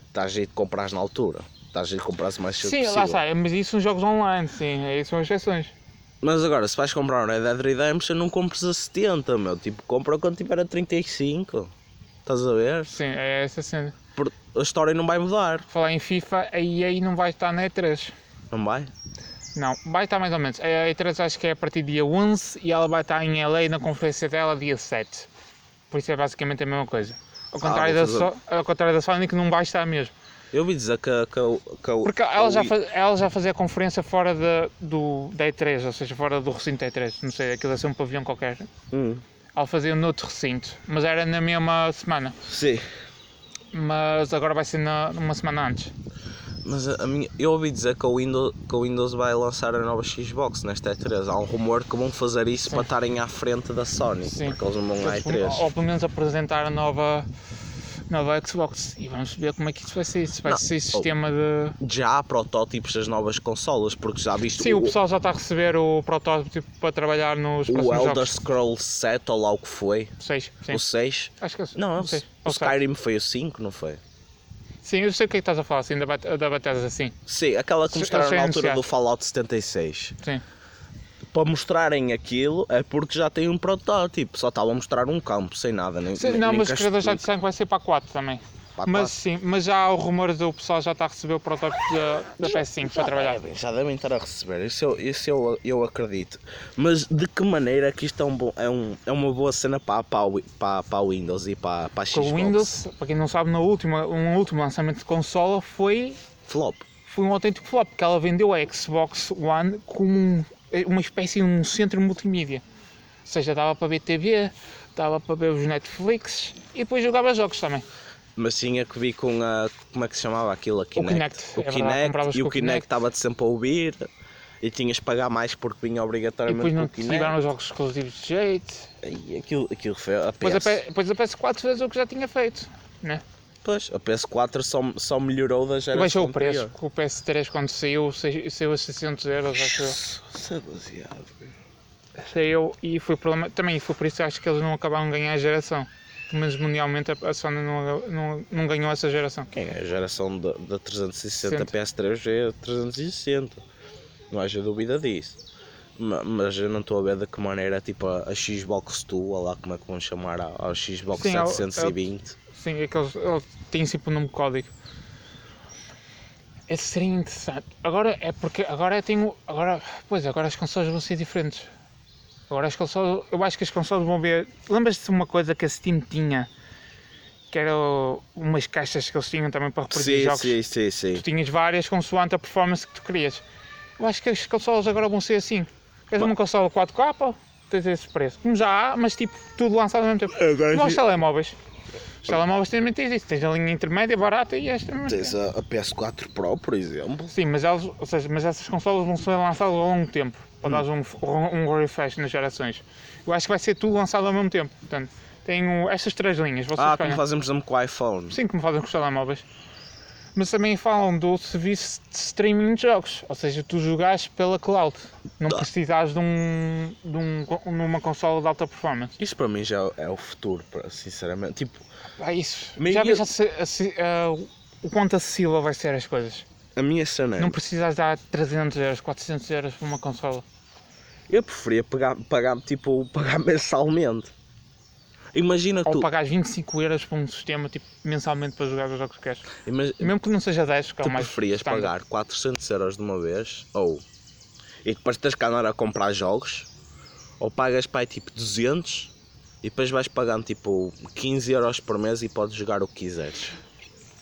Speaker 4: estás jeito de comprar na altura, estás jeito de comprar mais cedo
Speaker 3: Sim,
Speaker 4: possível.
Speaker 3: lá está. Mas isso são jogos online, sim. Aí são exceções.
Speaker 4: Mas agora, se vais comprar um Red Dead Redemption, não compres a 70, meu, tipo, compra quando tiver a 35, estás a ver?
Speaker 3: Sim, é essa cena.
Speaker 4: Por- A história não vai mudar,
Speaker 3: Falar em FIFA, a EA não vai estar na E3.
Speaker 4: não vai?
Speaker 3: Não, vai estar mais ou menos. A E3 acho que é a partir do dia 11 e ela vai estar em LA na conferência dela dia 7. Por isso é basicamente a mesma coisa. Ao contrário,
Speaker 4: vou
Speaker 3: da, so ao contrário da Sony que não vai estar mesmo.
Speaker 4: Eu ouvi dizer que, a- que, a- que a-
Speaker 3: Porque
Speaker 4: que a
Speaker 3: ela já,
Speaker 4: Wii-
Speaker 3: faz- ela já fazia a conferência fora da, do, da E3, ou seja, fora do recinto da E3. Não sei, aquilo é ser um pavilhão qualquer.
Speaker 4: Hum,
Speaker 3: Ela fazia noutro recinto, mas era na mesma semana.
Speaker 4: sim.
Speaker 3: Mas agora vai ser na, uma semana antes.
Speaker 4: Mas a, a minha, eu ouvi dizer que o, Windows, que o Windows vai lançar a nova Xbox nesta E3. Há um rumor que vão fazer isso para estarem à frente da Sony,
Speaker 3: Sim.
Speaker 4: porque eles não vão à
Speaker 3: Ou,
Speaker 4: E3.
Speaker 3: pelo menos apresentar a nova, nova Xbox. E vamos ver como é que isso vai ser. Se vai
Speaker 4: Não. oh,
Speaker 3: ser sistema de.
Speaker 4: Já há protótipos das novas consolas, porque já viste
Speaker 3: Sim, o
Speaker 4: o,
Speaker 3: pessoal já está a receber o protótipo tipo, para trabalhar nos
Speaker 4: o
Speaker 3: próximos
Speaker 4: Elder
Speaker 3: jogos.
Speaker 4: Scrolls 7 ou lá o que foi,
Speaker 3: Seis, sim.
Speaker 4: o 6.
Speaker 3: Acho que é o-
Speaker 4: Não, é o-
Speaker 3: sei.
Speaker 4: o
Speaker 3: Ou seis.
Speaker 4: Skyrim foi o 5, não foi?
Speaker 3: Sim, eu sei o que é que estás a falar, assim, da, Bat- da Bethesda, assim.
Speaker 4: Sim, aquela que
Speaker 3: Sim,
Speaker 4: mostraram
Speaker 3: sim,
Speaker 4: na altura
Speaker 3: anunciado.
Speaker 4: do Fallout 76.
Speaker 3: Sim.
Speaker 4: Para mostrarem aquilo é porque já tem um protótipo, só estava a mostrar um campo, sem nada. Nem,
Speaker 3: Sim,
Speaker 4: nem-
Speaker 3: não,
Speaker 4: nem
Speaker 3: mas os
Speaker 4: cast-
Speaker 3: criadores já
Speaker 4: nem-
Speaker 3: disseram que vai ser para a 4 também.
Speaker 4: Para a
Speaker 3: Mas sim, mas já há o rumor do pessoal já está a receber o protótipo da, da PS5 para trabalhar.
Speaker 4: Devem, é já devem estar a receber, isso, eu, isso eu, eu acredito. Mas de que maneira é que isto é, um bom- é, um- é uma boa cena para, para, o- para, para o Windows e para, para a
Speaker 3: Porque
Speaker 4: Xbox?
Speaker 3: o Windows, para quem não sabe, no último, um último lançamento de consola foi,
Speaker 4: Flop.
Speaker 3: foi um autêntico flop, porque ela vendeu a Xbox One como um- uma espécie de um centro multimídia. Ou seja, dava para ver TV, dava para ver os Netflix e depois jogava jogos também.
Speaker 4: Mas tinha que vir com a... como é que se chamava aquilo? A Kinect.
Speaker 3: Kinect, é verdade, compravas
Speaker 4: e
Speaker 3: com
Speaker 4: o
Speaker 3: o
Speaker 4: Kinect
Speaker 3: Kinect.
Speaker 4: estava-te sempre a ouvir e tinhas de pagar mais porque vinha
Speaker 3: E
Speaker 4: obrigatoriamente
Speaker 3: depois
Speaker 4: com
Speaker 3: não
Speaker 4: o
Speaker 3: te
Speaker 4: Kinect.
Speaker 3: tiveram os jogos exclusivos de jeito.
Speaker 4: E aquilo, aquilo foi a PS.
Speaker 3: Depois a, P- depois a PS4 fez o que já tinha feito. né?
Speaker 4: Pois, a PS4 só, só melhorou da geração.
Speaker 3: Baixou o preço,
Speaker 4: anterior.
Speaker 3: porque o PS3 quando saiu, sai- saiu a 600 euros, acho eu.
Speaker 4: Isso é baseado.
Speaker 3: Saiu e foi problema. Também foi por isso que acho que eles não acabaram de ganhar a geração. Pelo menos mundialmente a a Sony não, não, não ganhou essa geração.
Speaker 4: Quem é a geração da, da 360
Speaker 3: Sessenta.
Speaker 4: PS3 já é 360. Não haja dúvida disso. Ma- Mas eu não estou a ver de que maneira tipo a, a Xbox Two, ou lá como é que vão chamar, a, a Xbox
Speaker 3: Sim, é o- é o-
Speaker 4: 720.
Speaker 3: Sim, é que eles, eles têm sempre o nome código. Esse seria interessante. Agora é porque agora eu tenho. Agora, pois, agora as consolas vão ser diferentes. Agora as consolas. Eu acho que as consolas vão ver. Lembras-te de uma coisa que a Steam tinha? Que eram umas caixas que eles tinham também para reproduzir
Speaker 4: Sim,
Speaker 3: jogos.
Speaker 4: sim, sim, sim.
Speaker 3: Tu tinhas várias consoante a performance que tu querias. Eu acho que as consolas agora vão ser assim. Queres uma consola 4K? Tens esse preço. Como já há, mas tipo, tudo lançado ao mesmo tempo.
Speaker 4: Agora
Speaker 3: Igual os
Speaker 4: vi-
Speaker 3: telemóveis. Os telemóveis também tens isso. Tens a linha intermédia, barata e esta. mesmo.
Speaker 4: Tens a, a PS4 Pro, por exemplo.
Speaker 3: Sim, mas, elas, ou seja, mas essas consolas vão ser lançadas ao longo do tempo.
Speaker 4: Hum.
Speaker 3: Para dar um, um refresh nas gerações. Eu acho que vai ser tudo lançado ao mesmo tempo. Portanto, tenho estas três linhas. Vocês
Speaker 4: Ah,
Speaker 3: escolhem.
Speaker 4: como fazemos por exemplo, com o iPhone.
Speaker 3: é Sim, como fazem com os telemóveis. Mas também falam do serviço de streaming de jogos, ou seja, tu jogares pela cloud, não
Speaker 4: Tá.
Speaker 3: precisares de, um, de um, numa consola de alta performance.
Speaker 4: Isso para mim já é o futuro, pra- sinceramente. Tipo,
Speaker 3: É isso.
Speaker 4: Mas
Speaker 3: Já
Speaker 4: e
Speaker 3: vês
Speaker 4: eu-
Speaker 3: ace- ace- ah, o quanto acessível vai ser as coisas.
Speaker 4: a minha cena é.
Speaker 3: Não precisas dar 300 euros, 400 euros por uma consola.
Speaker 4: Eu preferia pegar, pagar, tipo, pagar mensalmente. Imagina
Speaker 3: Ou
Speaker 4: tu.
Speaker 3: pagares 25 euros por um sistema tipo, mensalmente para jogar os jogos que queres.
Speaker 4: Ima-
Speaker 3: Mesmo que não seja 10, que é
Speaker 4: Tu
Speaker 3: o mais.
Speaker 4: preferias
Speaker 3: standard.
Speaker 4: pagar 400 euros de uma vez ou e depois tens que andar a comprar jogos ou pagas pai tipo 200 e depois vais pagando tipo 15 euros por mês e podes jogar o que quiseres.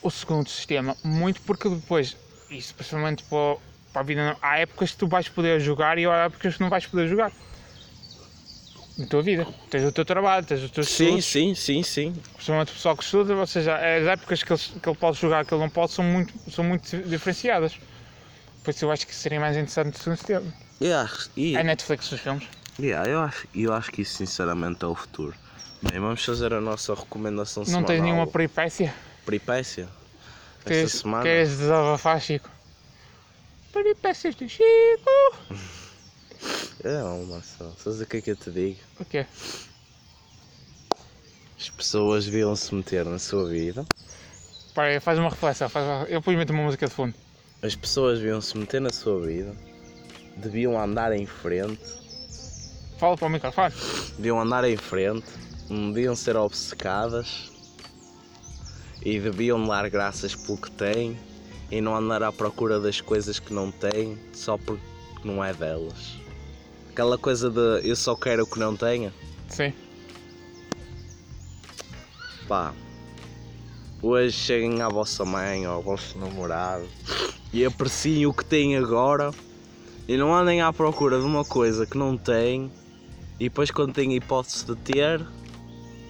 Speaker 3: o segundo sistema, muito porque depois, isso principalmente para, o- para a vida, não- há épocas que tu vais poder jogar e há épocas que não vais poder jogar. Na tua vida, tens o teu trabalho, tens os teus
Speaker 4: Sim,
Speaker 3: estudos,
Speaker 4: sim, sim, sim.
Speaker 3: principalmente o pessoal que estuda, ou seja, as épocas que ele, que ele pode jogar que ele não pode são muito, são muito diferenciadas. Por isso eu acho que seria mais interessante o segundo sistema.
Speaker 4: Eu acho, e,
Speaker 3: É Netflix dos filmes.
Speaker 4: yeah, eu, acho, eu acho que isso sinceramente é o futuro. Bem, vamos fazer a nossa recomendação
Speaker 3: Não
Speaker 4: semanal.
Speaker 3: tens nenhuma peripécia?
Speaker 4: peripécia. Esta
Speaker 3: Queres,
Speaker 4: semana.
Speaker 3: queres desabafar, Chico? Peripécias do Chico!
Speaker 4: Não, É, oh, Marcelo, sabes o que é que eu te digo?
Speaker 3: O quê?
Speaker 4: As pessoas deviam se meter na sua vida.
Speaker 3: Espera aí, é, faz uma reflexão. Faz uma... Eu pus-me uma música de fundo.
Speaker 4: As pessoas deviam se meter na sua vida, deviam andar em frente,
Speaker 3: Fala para o microfone.
Speaker 4: deviam andar em frente, não deviam ser obcecadas e deviam dar graças pelo que têm e não andar à procura das coisas que não têm só porque não é delas. Aquela coisa de eu só quero o que não tenho,
Speaker 3: Sim.
Speaker 4: pá. Hoje cheguem à vossa mãe ou ao vosso namorado e apreciem o que têm agora e não andem à procura de uma coisa que não têm e depois quando têm hipótese de ter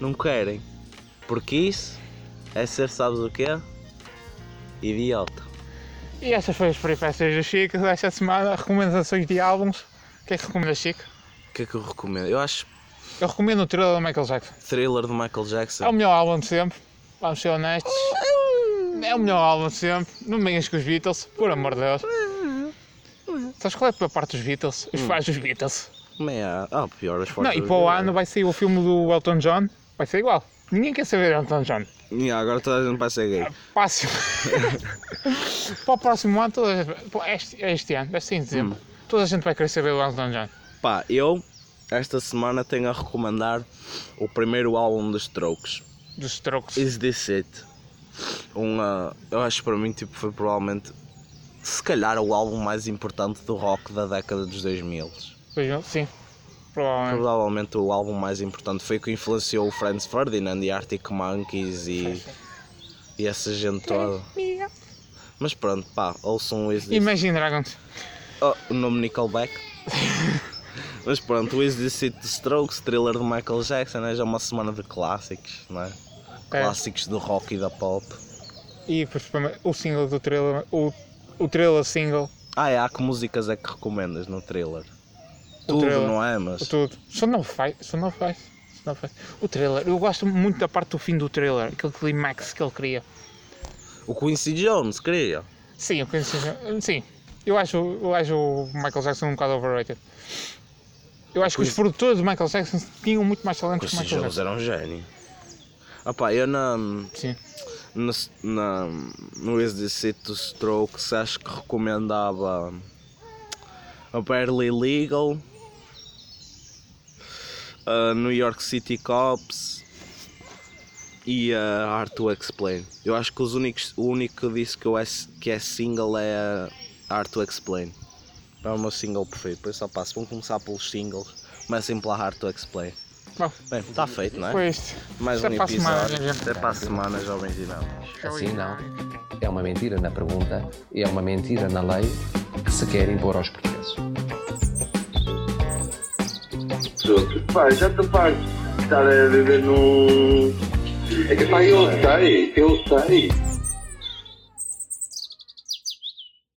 Speaker 4: não querem. Porque isso é ser sabes o quê? Idiota.
Speaker 3: E estas foram as peripécias do Chico desta semana. Recomendações de álbuns. O que é que recomendas, Chico?
Speaker 4: O que é que eu recomendo? Eu acho
Speaker 3: Eu recomendo o thriller do Michael Jackson.
Speaker 4: thriller do Michael Jackson.
Speaker 3: É o melhor álbum de sempre. Vamos ser honestos. É o melhor álbum de sempre. Não venhas com os Beatles, por amor de Deus. Sabes qual é a pior parte dos Beatles? Os fãs dos Beatles.
Speaker 4: Meia. Ah, pior as
Speaker 3: Não,
Speaker 4: fotos
Speaker 3: e
Speaker 4: do
Speaker 3: para o
Speaker 4: Hitler.
Speaker 3: ano vai sair o filme do Elton John. Vai ser igual. Ninguém quer saber Elton John.
Speaker 4: E agora toda a gente vai ser gay.
Speaker 3: Fácil. para o próximo ano, toda a gente- pô, este, este ano, é deve ser em dezembro, toda a gente vai querer saber o Elton John.
Speaker 4: Pá, eu esta semana tenho a recomendar o primeiro álbum dos Strokes,
Speaker 3: Dos trocos.
Speaker 4: Is This It. Uma, eu acho que para mim tipo, foi provavelmente, se calhar, o álbum mais importante do rock da década dos 2000.
Speaker 3: Pois, Sim, provavelmente.
Speaker 4: Provavelmente o álbum mais importante foi o que influenciou o Franz Ferdinand e Arctic Monkeys e, e essa gente toda. Mas pronto, pá, ouçam o Is This
Speaker 3: Imagine Dragons.
Speaker 4: Oh, o nome Nickelback. Mas pronto, o Is This It The Strokes, thriller de Michael Jackson, é já uma semana de clássicos, não é?
Speaker 3: É.
Speaker 4: Clássicos do rock e da pop.
Speaker 3: E principalmente o single do trailer, o, o trailer single,
Speaker 4: Ah, é, há que músicas é que recomendas no thriller? Tudo,
Speaker 3: thriller.
Speaker 4: não é? Mas.
Speaker 3: tudo. Só não faz, só não faz. Não faz. O trailer, eu gosto muito da parte do fim do trailer, aquele climax que ele cria.
Speaker 4: O Quincy Jones, queria.
Speaker 3: Sim, eu conheço. hum, Sim, eu acho, eu acho o Michael Jackson um bocado overrated. Eu acho que os
Speaker 4: Pois-
Speaker 3: produtores do Michael Jackson tinham muito mais
Speaker 4: O
Speaker 3: talento é que o
Speaker 4: Quincy
Speaker 3: Michael
Speaker 4: Jones
Speaker 3: Jackson.
Speaker 4: era um gênio. Ah pá, eu na,
Speaker 3: Sim.
Speaker 4: na, na, no SDC do Strokes acho que recomendava a Barely Legal, a New York City Cops e a Hard to Explain. Eu acho que os únicos, o único que eu disse que, eu é, que é single é a Hard to Explain. É o meu single preferido, por isso só passo. Vamos começar pelos singles, comecem pela Hard to Explain.
Speaker 3: Bom,
Speaker 4: Bem, está feito, não é?
Speaker 3: foi isto.
Speaker 4: Mais
Speaker 3: Até
Speaker 4: um
Speaker 3: para a semana,
Speaker 4: episódio.
Speaker 3: gente.
Speaker 4: Até para a semana, jovens dinâmicos.
Speaker 3: Então,
Speaker 1: Assim não. É uma mentira na pergunta e é uma mentira na lei que se quer impor aos portugueses.
Speaker 2: Truque. Pá, já Tá, estou né, tá farto de estar a viver num. É que pá, eu sei, eu sei.